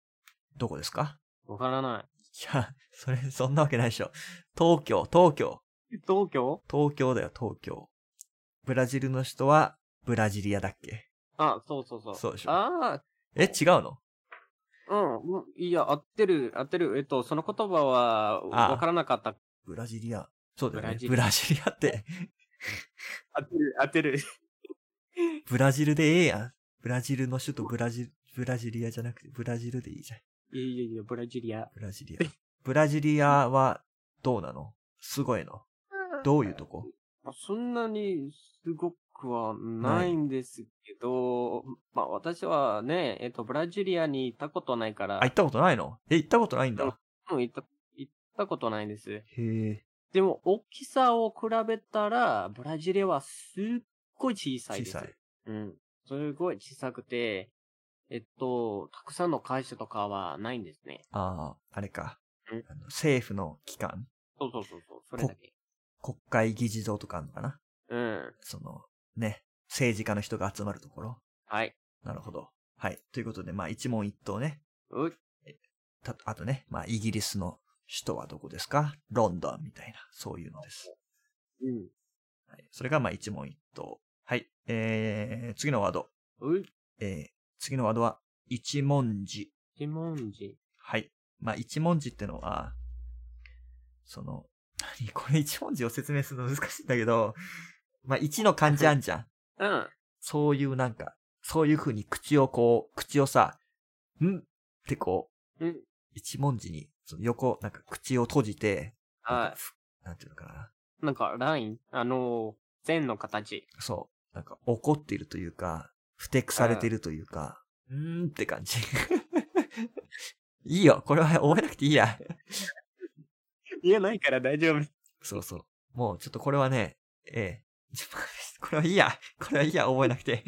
A: どこですか
B: わからない
A: や、それ、そんなわけないでしょ。東京、東京。
B: い。東京
A: 東京だよ、東京。ブラジルの首都は、ブラジリアだっけ
B: あ、そうそうそう。
A: そうでしょ
B: あ
A: え、違うの
B: あ、うんうん。いや、合ってる、合ってる。えっと、その言葉は、
A: あ
B: わからなかった。
A: ブラジリア。そうだよね。ブ
B: ブ
A: ラジリアって、
B: 合ってる、合ってる。
A: ブラジルでええやん。ブラジルの首都ブラジル、ブラジリアじゃなくて、ブラジルでいいじゃん。
B: いやいやいや、ブラジリア。
A: ブラジリア。ブラジリアは、どうなのすごいのどういうとこ
B: そんなにすごくはないんですけど、まあ私はね、えっと、ブラジリアに行ったことないから、
A: あ、行ったことないのえ、行ったことないんだ。
B: うん行った、行ったことないんです。
A: へえ、
B: でも、大きさを比べたら、ブラジリアはすっごい小さい
A: 小
B: です。
A: さい。
B: うん。すごい小さくて、えっと、たくさんの会社とかはないんですね。
A: ああ、あれか
B: うん。
A: あの政府の機関、
B: そうそうそうそう、それだけ。
A: 国会議事堂とかあるのかな
B: うん。
A: その、ね、政治家の人が集まるところ。
B: はい。
A: なるほど。はい。ということで、まあ、一問一答ね。
B: う
A: たあとね、まあ、イギリスの首都はどこですかロンドンみたいな、そういうのです。
B: うん。
A: はい、それが、まあ、一問一答。はい。えー、次のワード。
B: う
A: えー、次のワードは、一文字。
B: 一文字。
A: はい。まあ、一文字ってのは、その、何これ一文字を説明するの難しいんだけど、まあ、一の漢字あんじゃん。
B: うん。
A: そういうなんか、そういう風に口をこう、口をさ、んってこう、
B: うん
A: 一文字に、その横、なんか口を閉じて、なん
B: は
A: かふなんていうのかな。
B: い。なんか、ラインあの、線の形。
A: そう。なんか怒っているというか、不適されているというか、うーんって感じ。 [laughs] いいよ。これは覚えなくていいや。
B: 言えないから大丈夫。
A: そうそう。もうちょっとこれはね、ええ。 [laughs] ちょこれはいいや。これはいいや。覚えなくて。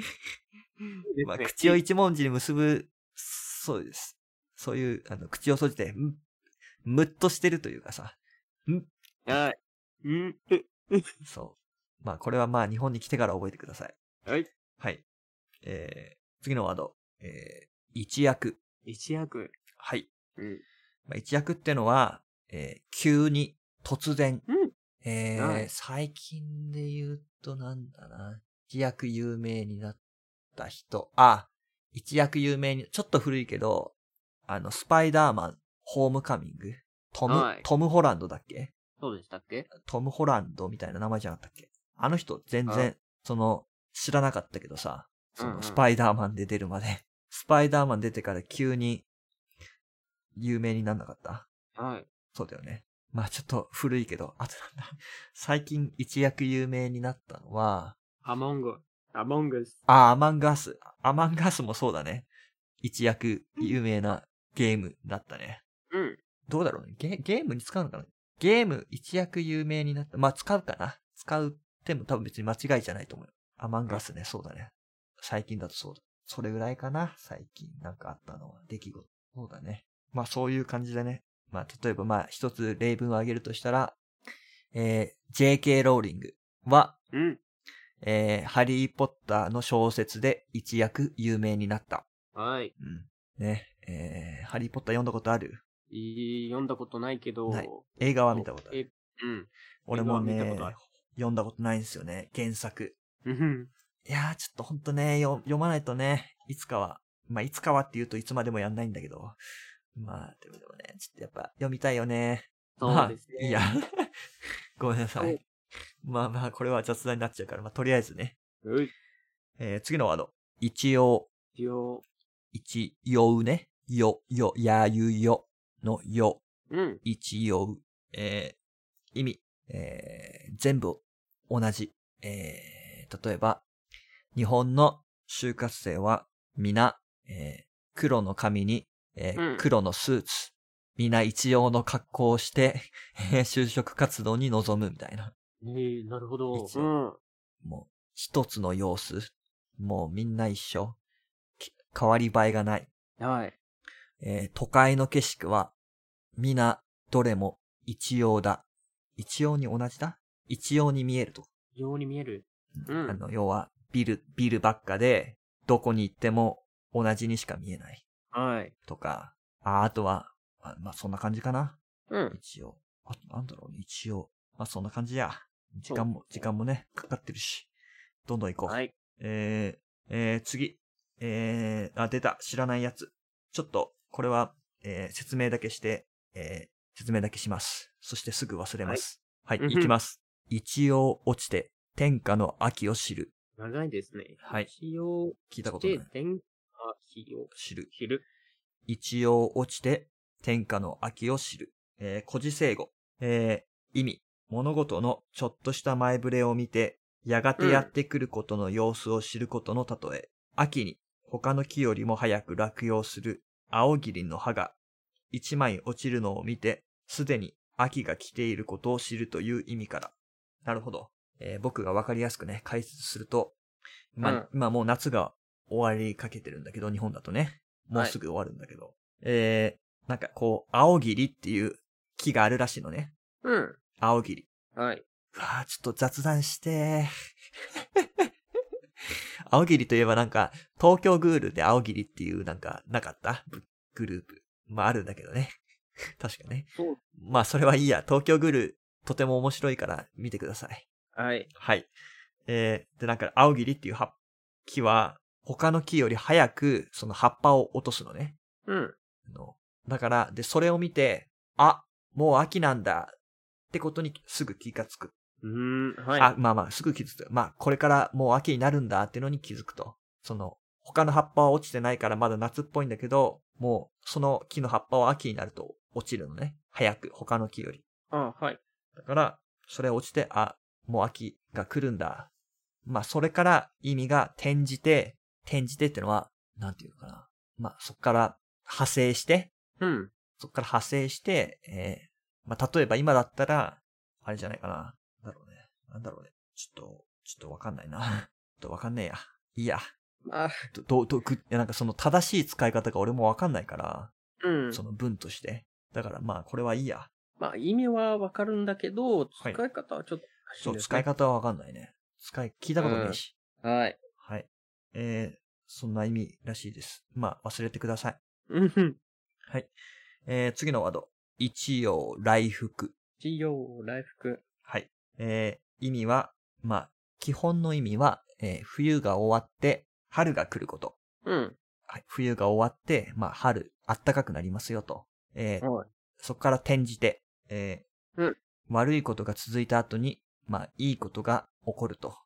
A: まあ、口を一文字に結ぶ、そうです。そういう、あの、口を閉じて、んむっとしてるというかさ、
B: はい。うん。う
A: そう。まあ、これはまあ、日本に来てから覚えてください。
B: はい。
A: はい。えー、次のワード。えー、一躍。
B: 一役。
A: はい。
B: うん。
A: まあ、一躍ってのは、えー、急に、突然。
B: うん
A: えー
B: はい
A: 最近で言うとなんだな。一躍有名になった人。あ、一躍有名に、ちょっと古いけど、あの、スパイダーマン、ホームカミング。トム、
B: はい
A: トム・ホランドだっけ
B: そうでしたっけ
A: トム・ホランドみたいな名前じゃなかったっけあの人、全
B: あ
A: 然、その、知らなかったけどさ、そ
B: うんう
A: の、
B: ん
A: スパイダーマンで出るまで。 [laughs] スパイダーマン出てから急に、有名になんなかった
B: はい。
A: そうだよね。まあちょっと古いけど、あとなんだ。 [laughs] 最近一躍有名になったのは、
B: アモング。アモングス。
A: あ、アマンガース。アマンガースもそうだね。一躍有名なゲームだったね。
B: うん。
A: どうだろうね。ゲゲームに使うのかなゲーム一躍有名になった。まあ使うかな。使うっても多分別に間違いじゃないと思うよ。アマンガースね、そうだね。最近だとそうだ。それぐらいかな。最近なんかあったのは、出来事。そうだね。まあそういう感じだね。まあ例えばまあ一つ例文を挙げるとしたら、えー、JK ローリングは、
B: うん。
A: えー、ハリーポッターの小説で一躍有名になった。
B: はい。
A: うん。ね。えー、ハリーポッター読んだことある
B: いい読んだことないけど。
A: ない映画は見たことある。
B: えうん。
A: 俺も
B: 映
A: ね
B: 画は見たことある、
A: 読んだことないんですよね、原作。
B: うん。
A: いやー、ちょっとほんとね、よ読まないとね、いつかは、まあ、いつかはって言うといつまでもやんないんだけど、まあ、でもでもね、ちょっとやっぱ読みたいよね。
B: そうですね。
A: まあ、いや、 [laughs] ごめんなさ
B: はいい。
A: まあまあ、これは雑談になっちゃうから、まあ、とりあえずね。
B: うん。
A: えー、次のワード。一応、
B: 一応。
A: 一応ね。よ、よ、やゆよのよ、
B: うん。
A: 一応。えー、意味、えー、全部同じ。えー、例えば、日本の就活生は皆、えー黒の髪に、えー
B: うん
A: 黒のスーツ、みんな一様の格好をして、就職活動に臨むみたいな。
B: ええなるほど。
A: 一
B: う
A: 応
B: ん。
A: もう、一つの様子。もうみんな一緒。き変わり映えがない。
B: はい。
A: えー都会の景色は、皆、どれも一様だ。一様に同じだ一様に見えると。
B: ように見える。う
A: あ
B: ん。
A: の、要は、ビル、ビルばっかで、どこに行っても同じにしか見えない。
B: はい。
A: とか、あ、あとは、あまあ、そんな感じかな。
B: うん。
A: 一応。あと、なんだろうね、一応。まあ、そんな感じや。時間も
B: そ、う
A: 時間もね、かかってるし。どんどん行こう。
B: はい。
A: えー、えー、次。えー、あ、出た。知らないやつ。ちょっと、これは、えー、説明だけして、えー、説明だけします。そしてすぐ忘れます。はい、
B: うんふん
A: 行きます。一応落ちて、天下の秋を知る。
B: 長いですね。
A: はい
B: 日を
A: 聞いたことな
B: で
A: い。
B: 天下日を
A: 知る。
B: 知る。
A: 一応落ちて天下の秋を知る。えー、古事成語。えー、意味。物事のちょっとした前触れを見て、やがてやってくることの様子を知ることの例え。秋に他の木よりも早く落葉する青霧の葉が一枚落ちるのを見て、すでに秋が来ていることを知るという意味から。なるほど。えー僕がわかりやすくね、解説すると、まあ、
B: うん
A: 今もう夏が終わりかけてるんだけど、日本だとね。もうすぐ終わるんだけど。えー、なんかこう、青霧っていう木があるらしいのね。
B: うん。
A: 青霧。
B: はい。
A: うわあ、ちょっと雑談して。青霧といえばなんか、東京グールで青霧っていうなんか、なかったぶグループ。まああるんだけどね。確かね。
B: そう。
A: まあそれはいいや。東京グール、とても面白いから見てください。
B: はい。
A: はい。えー、でなんか、青霧っていう葉木は、他の木より早く、その葉っぱを落とすのね。
B: うん。
A: あのだから、で、それを見て、あ、もう秋なんだ。ってことにすぐ気がつく。
B: うん。はい。
A: あ、まあまあ、すぐ気づく。まあ、これからもう秋になるんだっていうのに気づくと。その、他の葉っぱは落ちてないからまだ夏っぽいんだけど、もう、その木の葉っぱは秋になると落ちるのね。早く、他の木より。
B: あ、はい。
A: だから、それ落ちて、あ、もう秋が来るんだ。まあ、それから意味が転じて、転じてってのは、なんていうのかな。まあ、そっから派生して、
B: うん。
A: そっから派生して、えー、まあ、例えば今だったら、あれじゃないかな。なんだろうね。なんだろうね。ちょっと、ちょっとわかんないな。 [laughs] ちょっとわかんねえや。いいや。
B: あ、
A: ど、ど、ど、ぐ、いやなんかその正しい使い方が俺もわかんないから、
B: うん。
A: その文として。だからまあ、これはいいや。
B: まあ、意味はわかるんだけど、使
A: い
B: い方はちょっと難しい
A: そ
B: ん
A: う、
B: です
A: 使
B: ね、
A: い方はわかんないね。使い、聞いたことないし。
B: はい。
A: はい。えー、そんな意味らしいです。まあ、忘れてください。
B: うん。
A: はい。えー、次のワード。一応、来福。
B: 一応、来福。
A: はい。えー意味は、まあ、基本の意味は、えー冬が終わって、春が来ること。
B: うん。
A: はい、冬が終わって、まあ、春、暖かくなりますよと。えー
B: はい。
A: そこから転じて、えー
B: うん
A: 悪いことが続いた後に、まあ、いいことが起こると。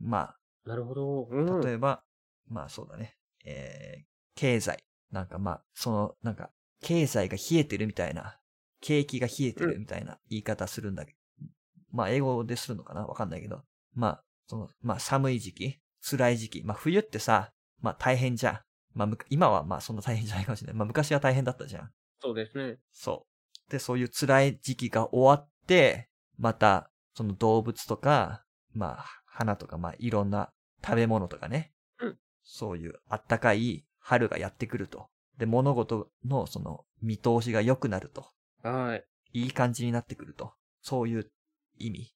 A: ま
B: なるほど。う
A: あ、
B: ん。
A: 例えば、まあ、そうだね。えー経済。なんかまあ、その、なんか、経済が冷えてるみたいな、景気が冷えてるみたいな言い方するんだけど、まあ、英語でするのかなわかんないけど、まあ、その、まあ、寒い時期、辛い時期、まあ、冬ってさ、まあ、大変じゃん。まあ、むか今はまあ、そんな大変じゃないかもしれない。まあ、昔は大変だったじゃん。
B: そうですね。
A: そう。で、そういう辛い時期が終わって、また、その動物とか、まあ、花とか、まあ、いろんな食べ物とかね。
B: うん
A: そういうあったかい春がやってくると。で、物事のその見通しが良くなると。
B: はい。
A: いい感じになってくると。そういう意味。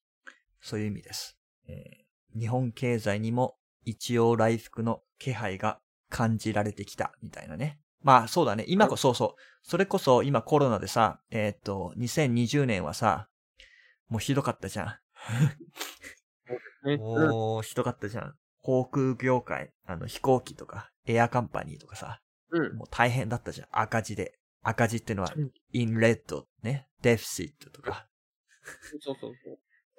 A: そういう意味です。えー日本経済にも一応来福の気配が感じられてきた、みたいなね。まあそうだね。今こそ、そう。それこそ今コロナでさ、えーっと、2020年はさ、もうひどかったじゃん。
B: ねうん。
A: もうひどかったじゃん。航空業界、あの飛行機とか、エアカンパニーとかさ、
B: うん。
A: もう大変だったじゃん。赤字で。赤字ってのは
B: うん、
A: インレッドね、デフィシットとか、
B: そうそう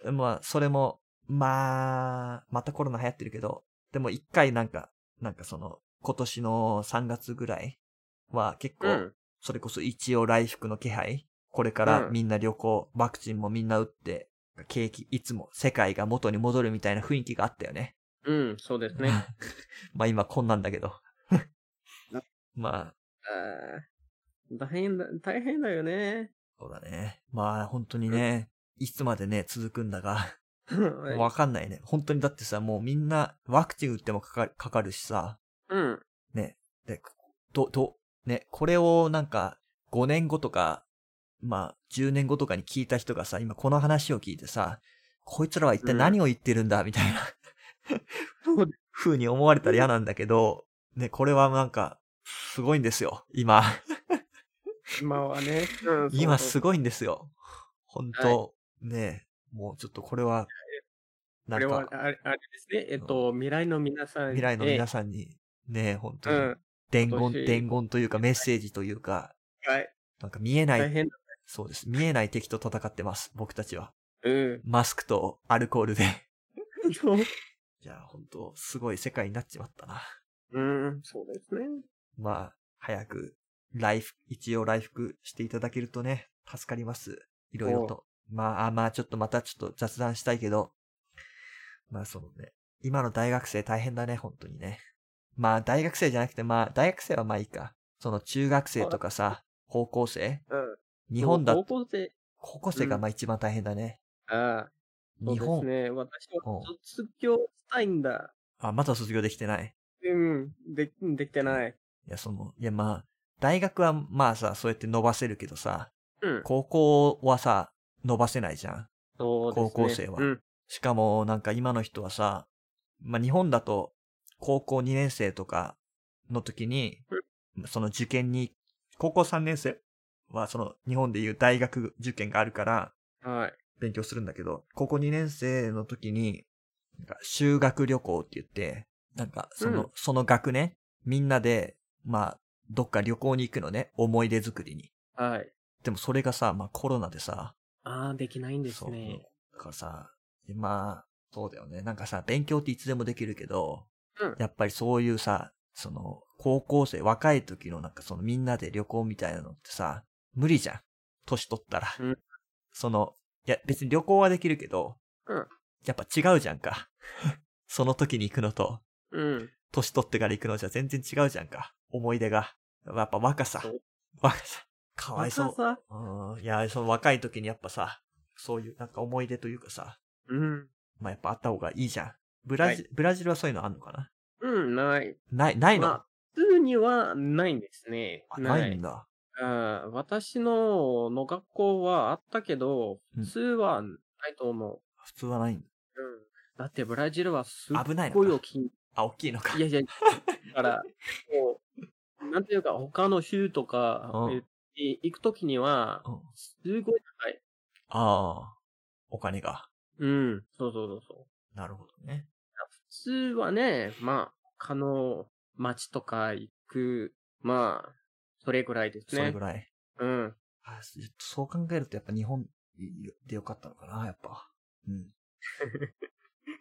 B: そう。
A: まあ、それも、まあ、またコロナ流行ってるけど、でも一回なんか、なんかその、今年の3月ぐらいは結構、
B: うん。
A: それこそ一応来福の気配これから
B: うん
A: みんな旅行、ワクチンもみんな打って、景気、いつも世界が元に戻るみたいな雰囲気があったよね。
B: うん。そうです
A: [laughs]
B: ね。 [laughs]
A: まあ今こんなんだけど。まあ、
B: あ大変だ、大変だよね。
A: そうだね。まあ、本当にね、いつまでね、続くんだが、わ
B: う
A: かんないね。本当にだってさ、もうみんなワクチン打ってもかかるかかるしさ、
B: ん。
A: で、ど、ど、ね、これをなんか5年後とか、まあ10年後とかに聞いた人がさ、今この話を聞いてさ、こいつらは一体何を言ってるんだ、みたいな
B: そう
A: 風に思われたら嫌なんだけど、ね、これはなんか、すごいんですよ、今。
B: 今はね。うん
A: 今
B: そう
A: すごいんですよ。本当、ね、もうちょっとこれは、
B: そう
A: な
B: これ
A: ん
B: は
A: か、
B: あれ、あれですね。えっと、未来の皆さんへ。
A: 未来の皆さんに、ね、本当
B: う
A: に
B: ん。
A: 伝言、
B: 今年
A: 伝言というかメッセージというか、
B: はい。
A: なんか見えない、
B: 大変だ。
A: そうです。見えない敵と戦ってます、僕たちは。
B: うん。
A: マスクとアルコールで。 [laughs]
B: そう
A: いや、本当すごい世界になっちまったな。
B: うん、そうですね。
A: まあ、早く、来復、一応来復していただけるとね、助かります。いろいろと。まあ、あまあ、ちょっとまたちょっと雑談したいけど、まあ、そのね、今の大学生大変だね、本当にね。まあ、大学生じゃなくて、まあ、大学生はまあいいか。その中学生とかさ、高校生
B: うん。
A: 日本だ
B: 高
A: と、
B: 校生、
A: 高校生が
B: うん
A: まあ一番大変だね。
B: ああ、そう
A: 日
B: です
A: 本、
B: ね。私
A: う
B: は
A: ん
B: 卒業したいんだ。
A: あ、まだ卒業できてない。
B: うん、で、できてない。
A: いや、その、いや、まあ、大学はまあさ、そうやって伸ばせるけどさ、
B: うん。
A: 高校はさ、伸ばせないじゃん。
B: そうですね
A: 高校生は
B: うん。
A: しかも、なんか今の人はさ、まあ日本だと、高校2年生とかの時に、その受験に、高校3年生はその日本でいう大学受験があるから、
B: はい。
A: 勉強するんだけど、高校2年生の時に、なんか修学旅行って言って、なんかその、
B: うん
A: その学年、みんなで、まあ、どっか旅行に行くのね、思い出作りに。
B: はい。
A: でもそれがさ、まあコロナでさ、
B: ああ、できないんですね。
A: そう。だからさ、まあ、そうだよね。なんかさ、勉強っていつでもできるけど、
B: うん
A: やっぱりそういうさ、その、高校生、若い時のなんかそのみんなで旅行みたいなのってさ、無理じゃん。年取ったら。
B: うん
A: その、いや、別に旅行はできるけど、
B: うん
A: やっぱ違うじゃんか。 [laughs] その時に行くのと、
B: うん。
A: 年取ってから行くのじゃ全然違うじゃんか。思い出が。やっぱ若さ
B: そう。
A: 若さ。かわいそう
B: 若。さ
A: うんいや、その若い時にやっぱさ、そういうなんか思い出というかさ、
B: うん。
A: まあやっぱあった方がいいじゃん。ブラジ,、ブラジルはそういうのあんのかな
B: うん、ない。
A: ない、ないの、
B: まあ、普通にはないんですね。
A: あないんだ。
B: あー私のの学校はあったけど、
A: うん
B: 普通はないと思
A: 普通はないんだ。
B: う。うん。だってブラジルはすっ
A: 危ない
B: ごい
A: の
B: 大
A: か。
B: きい。
A: あ、大きいのか。
B: いやいや、だから、こう、なんていうか、他の州とか
A: うん
B: えい行くときには、
A: うん、あ
B: すごい高い。
A: あ、お金が。
B: うん、そうそうそうそう。
A: なるほどね。
B: 普通はね、まあ、他の町とか行く、まあ、それぐらいです
A: それ
B: ね
A: ぐ。らい。
B: うん。 [laughs]
A: あそう考えるとやっぱ日本でよかったのかな、やっぱ。うん。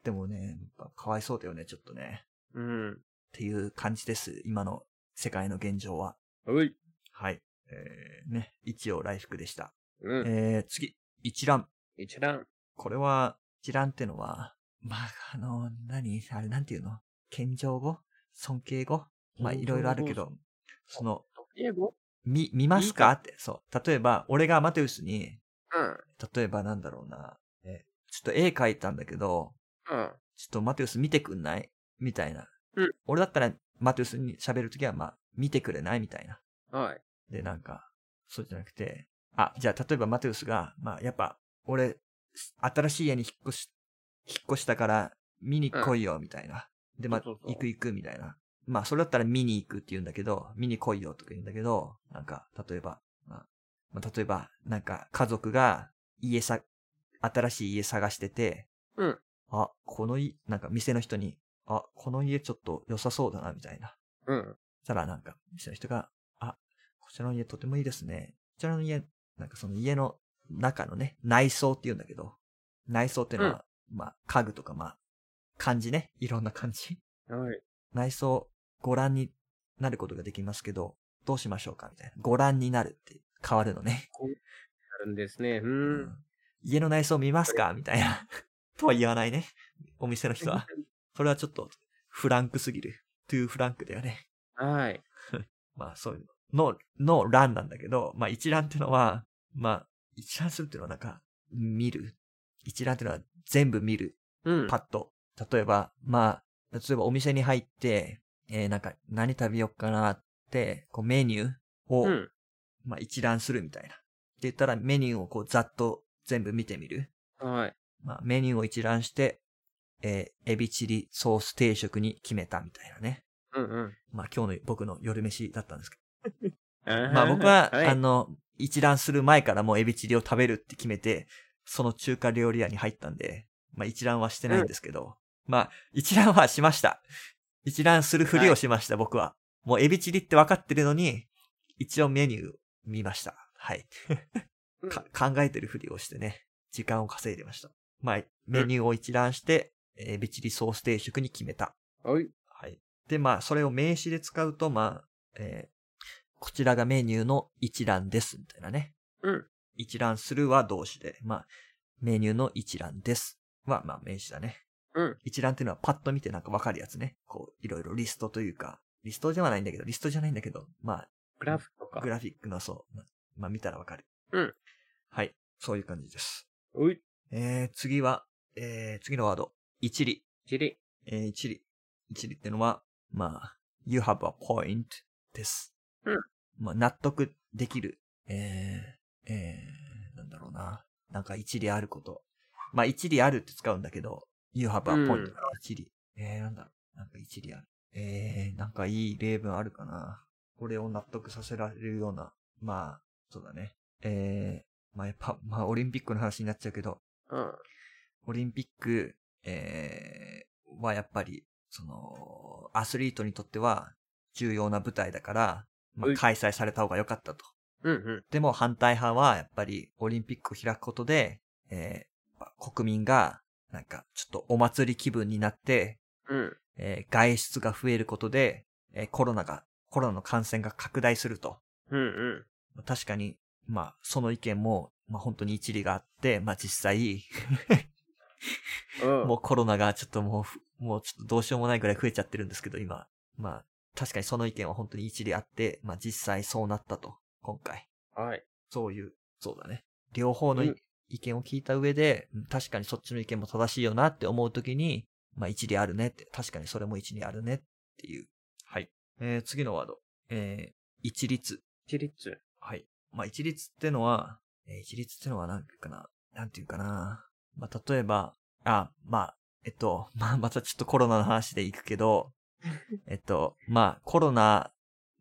A: でもね、やっぱかわいそうだよね、ちょっとね。
B: うん。
A: っていう感じです、今の世界の現状は。
B: おい。
A: はい。えー、ね、一応来福でした。
B: うん。
A: えー、次、一覧。
B: 一覧。
A: これは、一覧ってのは、まあ、あの、何あれなんていうの謙譲語尊敬語まあ、いろいろあるけど、その、
B: 英語
A: 見、見ますかって、そう。例えば、俺がアマテウスに、
B: うん。
A: 例えばなんだろうな、えちょっと絵描いたんだけど、
B: うん。
A: ちょっとマテウス見てくんないみたいな。
B: うん
A: 俺だったら、マテウスに喋るときは、まあ、見てくれないみたいな。
B: はい。
A: で、なんか、そうじゃなくて、あ、じゃあ、例えばマテウスが、まあ、やっぱ、俺、新しい家に引っ越し、引っ越したから、見に来いよ、みたいな。で、まあ、
B: そうそうそう
A: 行く行く、みたいな。まあ、それだったら見に行くって言うんだけど、見に来いよとか言うんだけど、なんか、例えば、まあ、まあ、例えば、なんか、家族が、家さ、新しい家探してて、
B: うん。
A: あ、このい、なんか店の人に、あ、この家ちょっと良さそうだな、みたいな。
B: うん。
A: そしたらなんか、店の人が、あ、こちらの家とてもいいですね。こちらの家、なんかその家の中のね、内装って言うんだけど、内装っていうのは、まあ、家具とかまあ、漢字ね、いろんな漢字。
B: はい。
A: 内装、ご覧になることができますけど、どうしましょうかみたいな。ご覧になるって変わるのね。
B: あるんですね。
A: う
B: う。。
A: ん家の内装見ますかみたいな。 [laughs] とは言わないね。お店の人は。それはちょっと、フランクすぎる。トゥーフランクだよね。
B: はい。
A: まあそういうのの、の欄なんだけど、まあ一覧っていうのは、まあ一覧するっていうのはなんか、見る。一覧っていうのは全部見る。
B: うん。
A: パッと。例えば、まあ、例えばお店に入って、えーなんか何食べよっかなって、こうメニューを、
B: うん。
A: まあ一覧するみたいな。って言ったらメニューをこうざっと全部見てみる。
B: はい。
A: まあメニューを一覧して、えーエビチリソース定食に決めたみたいなね。
B: うんうん。
A: まあ今日の僕の夜飯だったんですけど。
B: ま
A: まあ僕
B: [laughs]
A: は、
B: い、
A: あの、一覧する前からもうエビチリを食べるって決めて、その中華料理屋に入ったんで、まあ一覧はしてないんですけど、まあ一覧はしました。一覧するふりをしました、僕は。もうエビチリって分かってるのに、一応メニュー見ました。はい。
B: うん
A: か考えてるふりをしてね、時間を稼いでました。まあ、メニューを一覧して、エビチリソース定食に決めた。
B: はい。
A: はい。で、まあ、それを名詞で使うと、まあ、えーこちらがメニューの一覧です、みたいなね。
B: うん。
A: 一覧するは動詞で、まあ、メニューの一覧ですは、まあ、名詞だね。
B: うん。
A: 一覧っていうのはパッと見てなんかわかるやつね。こう、いろいろリストというか、リストではないんだけど、リストじゃないんだけど、まあ、
B: グラフとか
A: グ。ラフィックのそう、まあまあ、見たらわかる。
B: うん。
A: はい。そういう感じです。
B: おい。
A: えー、次は、えー、次のワード。一理。
B: じり。
A: えー、一理。一理ってのは、まあ、you have a point です。
B: うん。
A: まあ、納得できる。えー、えー、なんだろうな。なんか一理あること。まあ、一理あるって使うんだけど、you have a point、
B: うん
A: 一理。えー、なんだろう。なんか一理ある。えー、なんかいい例文あるかな。これを納得させられるような。まあ、そうだね。えー、まあ、やっぱ、まあ、オリンピックの話になっちゃうけど、
B: うん。
A: オリンピック、えーはやっぱり、その、アスリートにとっては重要な舞台だから、ま
B: は
A: あ、
B: い
A: 開催された方が良かったと。
B: うんうん。
A: でも反対派はやっぱりオリンピックを開くことで、えーまあ国民がなんかちょっとお祭り気分になって、
B: うん。
A: えー外出が増えることで、えーコロナが、コロナの感染が拡大すると。
B: うんうん。
A: 確かに、まあ、その意見も、まあ本当に一理があって、まあ実際、
B: うん
A: もうコロナがちょっともうふ、もうちょっとどうしようもないくらい増えちゃってるんですけど、今。まあ、確かにその意見は本当に一理あって、まあ実際そうなったと、今回。
B: はい。
A: そういう、そうだね。両方のい、
B: うん
A: 意見を聞いた上で、うん確かにそっちの意見も正しいよなって思うときに、まあ一理あるねって、確かにそれも一理あるねっていう。はい。えー、次のワード。えー、一律。
B: 自立。
A: はい。まあ、一律ってのは、えー一律ってのはなんていうかな、なんていうかな。まあ、例えば、あ、まあ、えっと、 [laughs] まあ、またちょっとコロナの話でいくけど、えっと、まあ、コロナ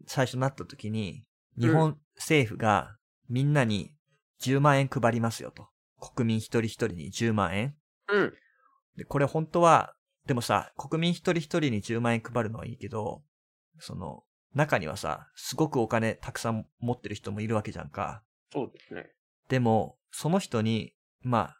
A: 最初なった時に、日
B: う
A: 本政府がみんなに10万円配りますよと。国民一人一人に10万円。
B: うん。
A: で、これ本当は、でもさ、国民一人一人に10万円配るのはいいけど、その、中にはさ、すごくお金たくさん持ってる人もいるわけじゃんか。
B: そうですね。
A: でも、その人に、まあ、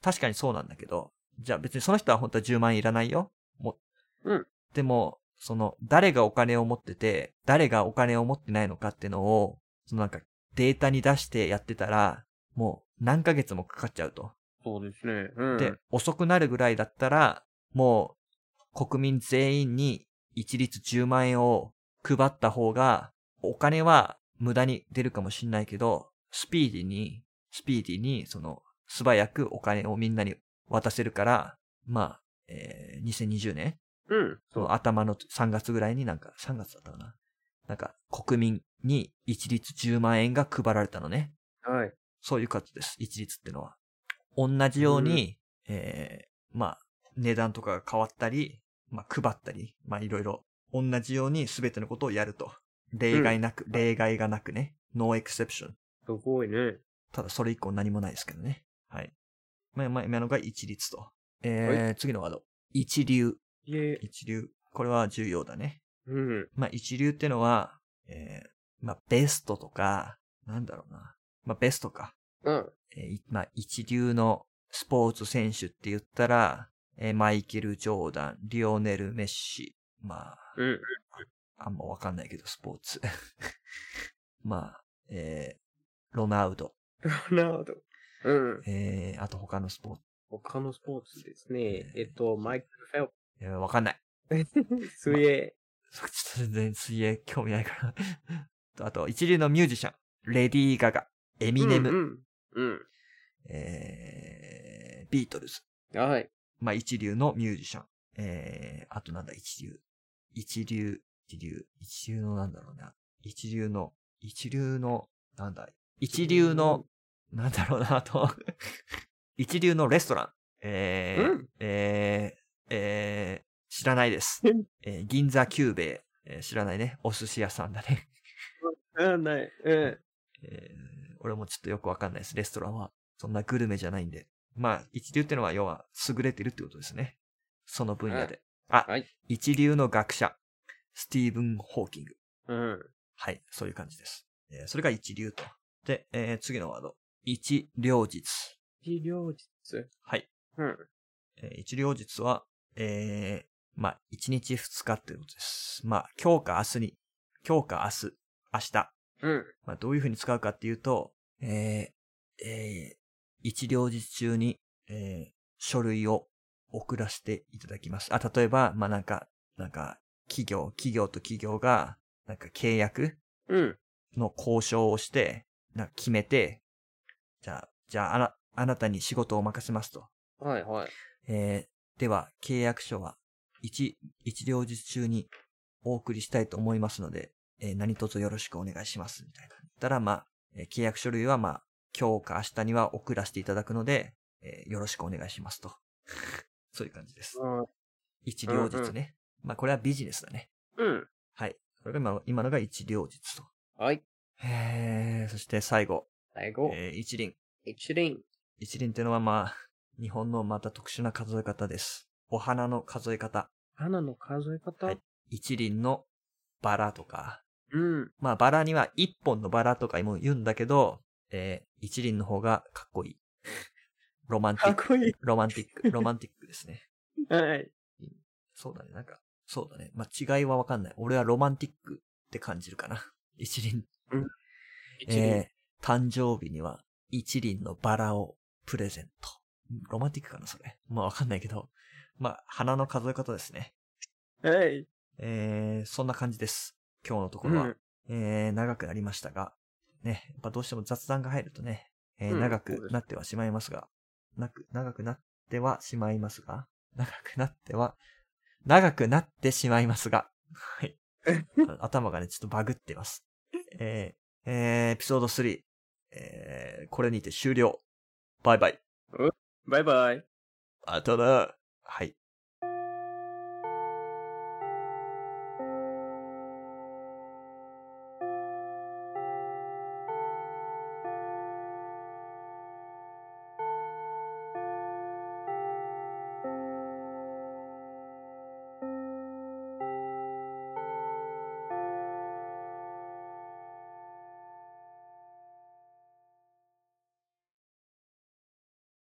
A: 確かにそうなんだけど、じゃあ別にその人は本当は10万円いらないよ。も
B: うん
A: でも、その、誰がお金を持ってて、誰がお金を持ってないのかってのを、そのなんか、データに出してやってたら、もう何ヶ月もかかっちゃうと。
B: そうですね。うん。
A: で、遅くなるぐらいだったら、もう、国民全員に一律10万円を配った方が、お金は無駄に出るかもしんないけど、スピーディーに、スピーディーに、その、素早くお金をみんなに渡せるから、まあ、えー2020年
B: うん。
A: その頭の3月ぐらいになんか、3月だったかな。なんか、国民に一律10万円が配られたのね。
B: はい。
A: そういう形です。一律ってのは。同じように、ええまあ、値段とかが変わったり、まあ、配ったり、まあ、いろいろ、同じように全てのことをやると。例外なく、例外がなくね。no exception。
B: すごいね。
A: ただ、それ以降何もないですけどね。はい。まあ、まあ、今のが一律と。えー、次のワード。一流。
B: いえ。
A: 一流。これは重要だね。
B: うん。
A: まあ、一流ってのは、えー、まあ、ベストとか、なんだろうな。まあ、ベストか。
B: うん。
A: えーいまあ、一流のスポーツ選手って言ったら、えーマイケル・ジョーダン、リオネル・メッシ。まあ、
B: うん。
A: あんまわかんないけど、スポーツ。 [laughs] まあ、えーロナウド。
B: なるほど。うん。
A: えーあと他のスポーツ。
B: 他のスポーツですね。えっと、マイク・フェル
A: えーわかんない。 [laughs]
B: プ。水泳。
A: ちょっと全然水泳興味ないから。 [laughs] とあと、一流のミュージシャン、レディー・ガガ、エミネム、
B: うん、うん。
A: えー、ビートルズ、
B: うん。はい。
A: まあ、一流のミュージシャン、えー、あとなんだ、一流、一流、一流、一流のなんだろうな、一流の、一流の、なんだ、一流の、なんだろうな、あと、 [laughs] 一流のレストラン、えー、
B: うん
A: えー、えー、知らないです
B: うん。
A: えー、銀座久兵衛、えー知らないね、お寿司屋さんだね。 [laughs]
B: うん、ない。うん。
A: えー俺もちょっとよくわかんないです。レストランは。そんなグルメじゃないんで。まあ、一流ってのは要は優れてるってことですね。その分野で。あ、
B: はい
A: 一流の学者、スティーブン・ホーキング。
B: うん。
A: はい、そういう感じです。えーそれが一流と。で、えー次のワード。一両日。
B: 治療術。
A: はい。
B: うん。
A: えー一両日は、えーまあ、一日二日っていうことです。まあ、今日か明日に、今日か明日、明日、
B: うん。
A: まあ、どういうふうに使うかっていうと、えーえー一両日中に、えー書類を送らせていただきます。あ、例えば、まあ、なんか、なんか、企業、企業と企業が、なんか契約
B: うん。
A: の交渉をして、なんか決めて、じゃあ、じゃあ、あな、あなたに仕事を任せますと。
B: はいはい。
A: えーでは、契約書は、一、一両日中にお送りしたいと思いますので、えー何卒よろしくお願いします、みたいな。たら、まあ、えー契約書類は、まあ、今日か明日には送らせていただくので、えーよろしくお願いしますと。 [laughs] そういう感じです。
B: うん。
A: 一両日ね。
B: う
A: まあ、これはビジネスだね。
B: うん。
A: はい。それが今の、今のが一両日と。
B: はい。
A: へーそして最後、
B: 最後、
A: えー一輪。
B: 一輪。
A: 一輪ってのはまあ、日本のまた特殊な数え方です。お花の数え方。
B: 花の数え方、
A: はい一輪のバラとか、
B: うん。
A: まあバラには一本のバラとかも言うんだけど、えー一輪の方がかっこい [laughs] い。ロマンティック、
B: こいい。
A: ロマンティック、ロマンティックですね。
B: はい。
A: そうだね、なんか、そうだね。まあ違いはわかんない。俺はロマンティックって感じるかな。一輪。
B: 一輪。
A: えー誕生日には一輪のバラをプレゼント。ロマンティックかな、それ。まあわかんないけど。まあ、花の数え方ですね。
B: はい。
A: えー、そんな感じです。今日のとこ
B: う
A: ろは。
B: ん。
A: えー、長くなりましたが、ね、やっぱどうしても雑談が入るとね、えー
B: うん
A: 長
B: そうで
A: く
B: す
A: なってはしまいますが、なく、長くなってはしまいますが、長くなっては、長くなってしまいますが、
B: [laughs]
A: はい。あ頭がね、ちょっとバグってます。えー、えー、エピソード3、えー、これにて終了。バイバイ。
B: バイバイ。
A: あただ、はい。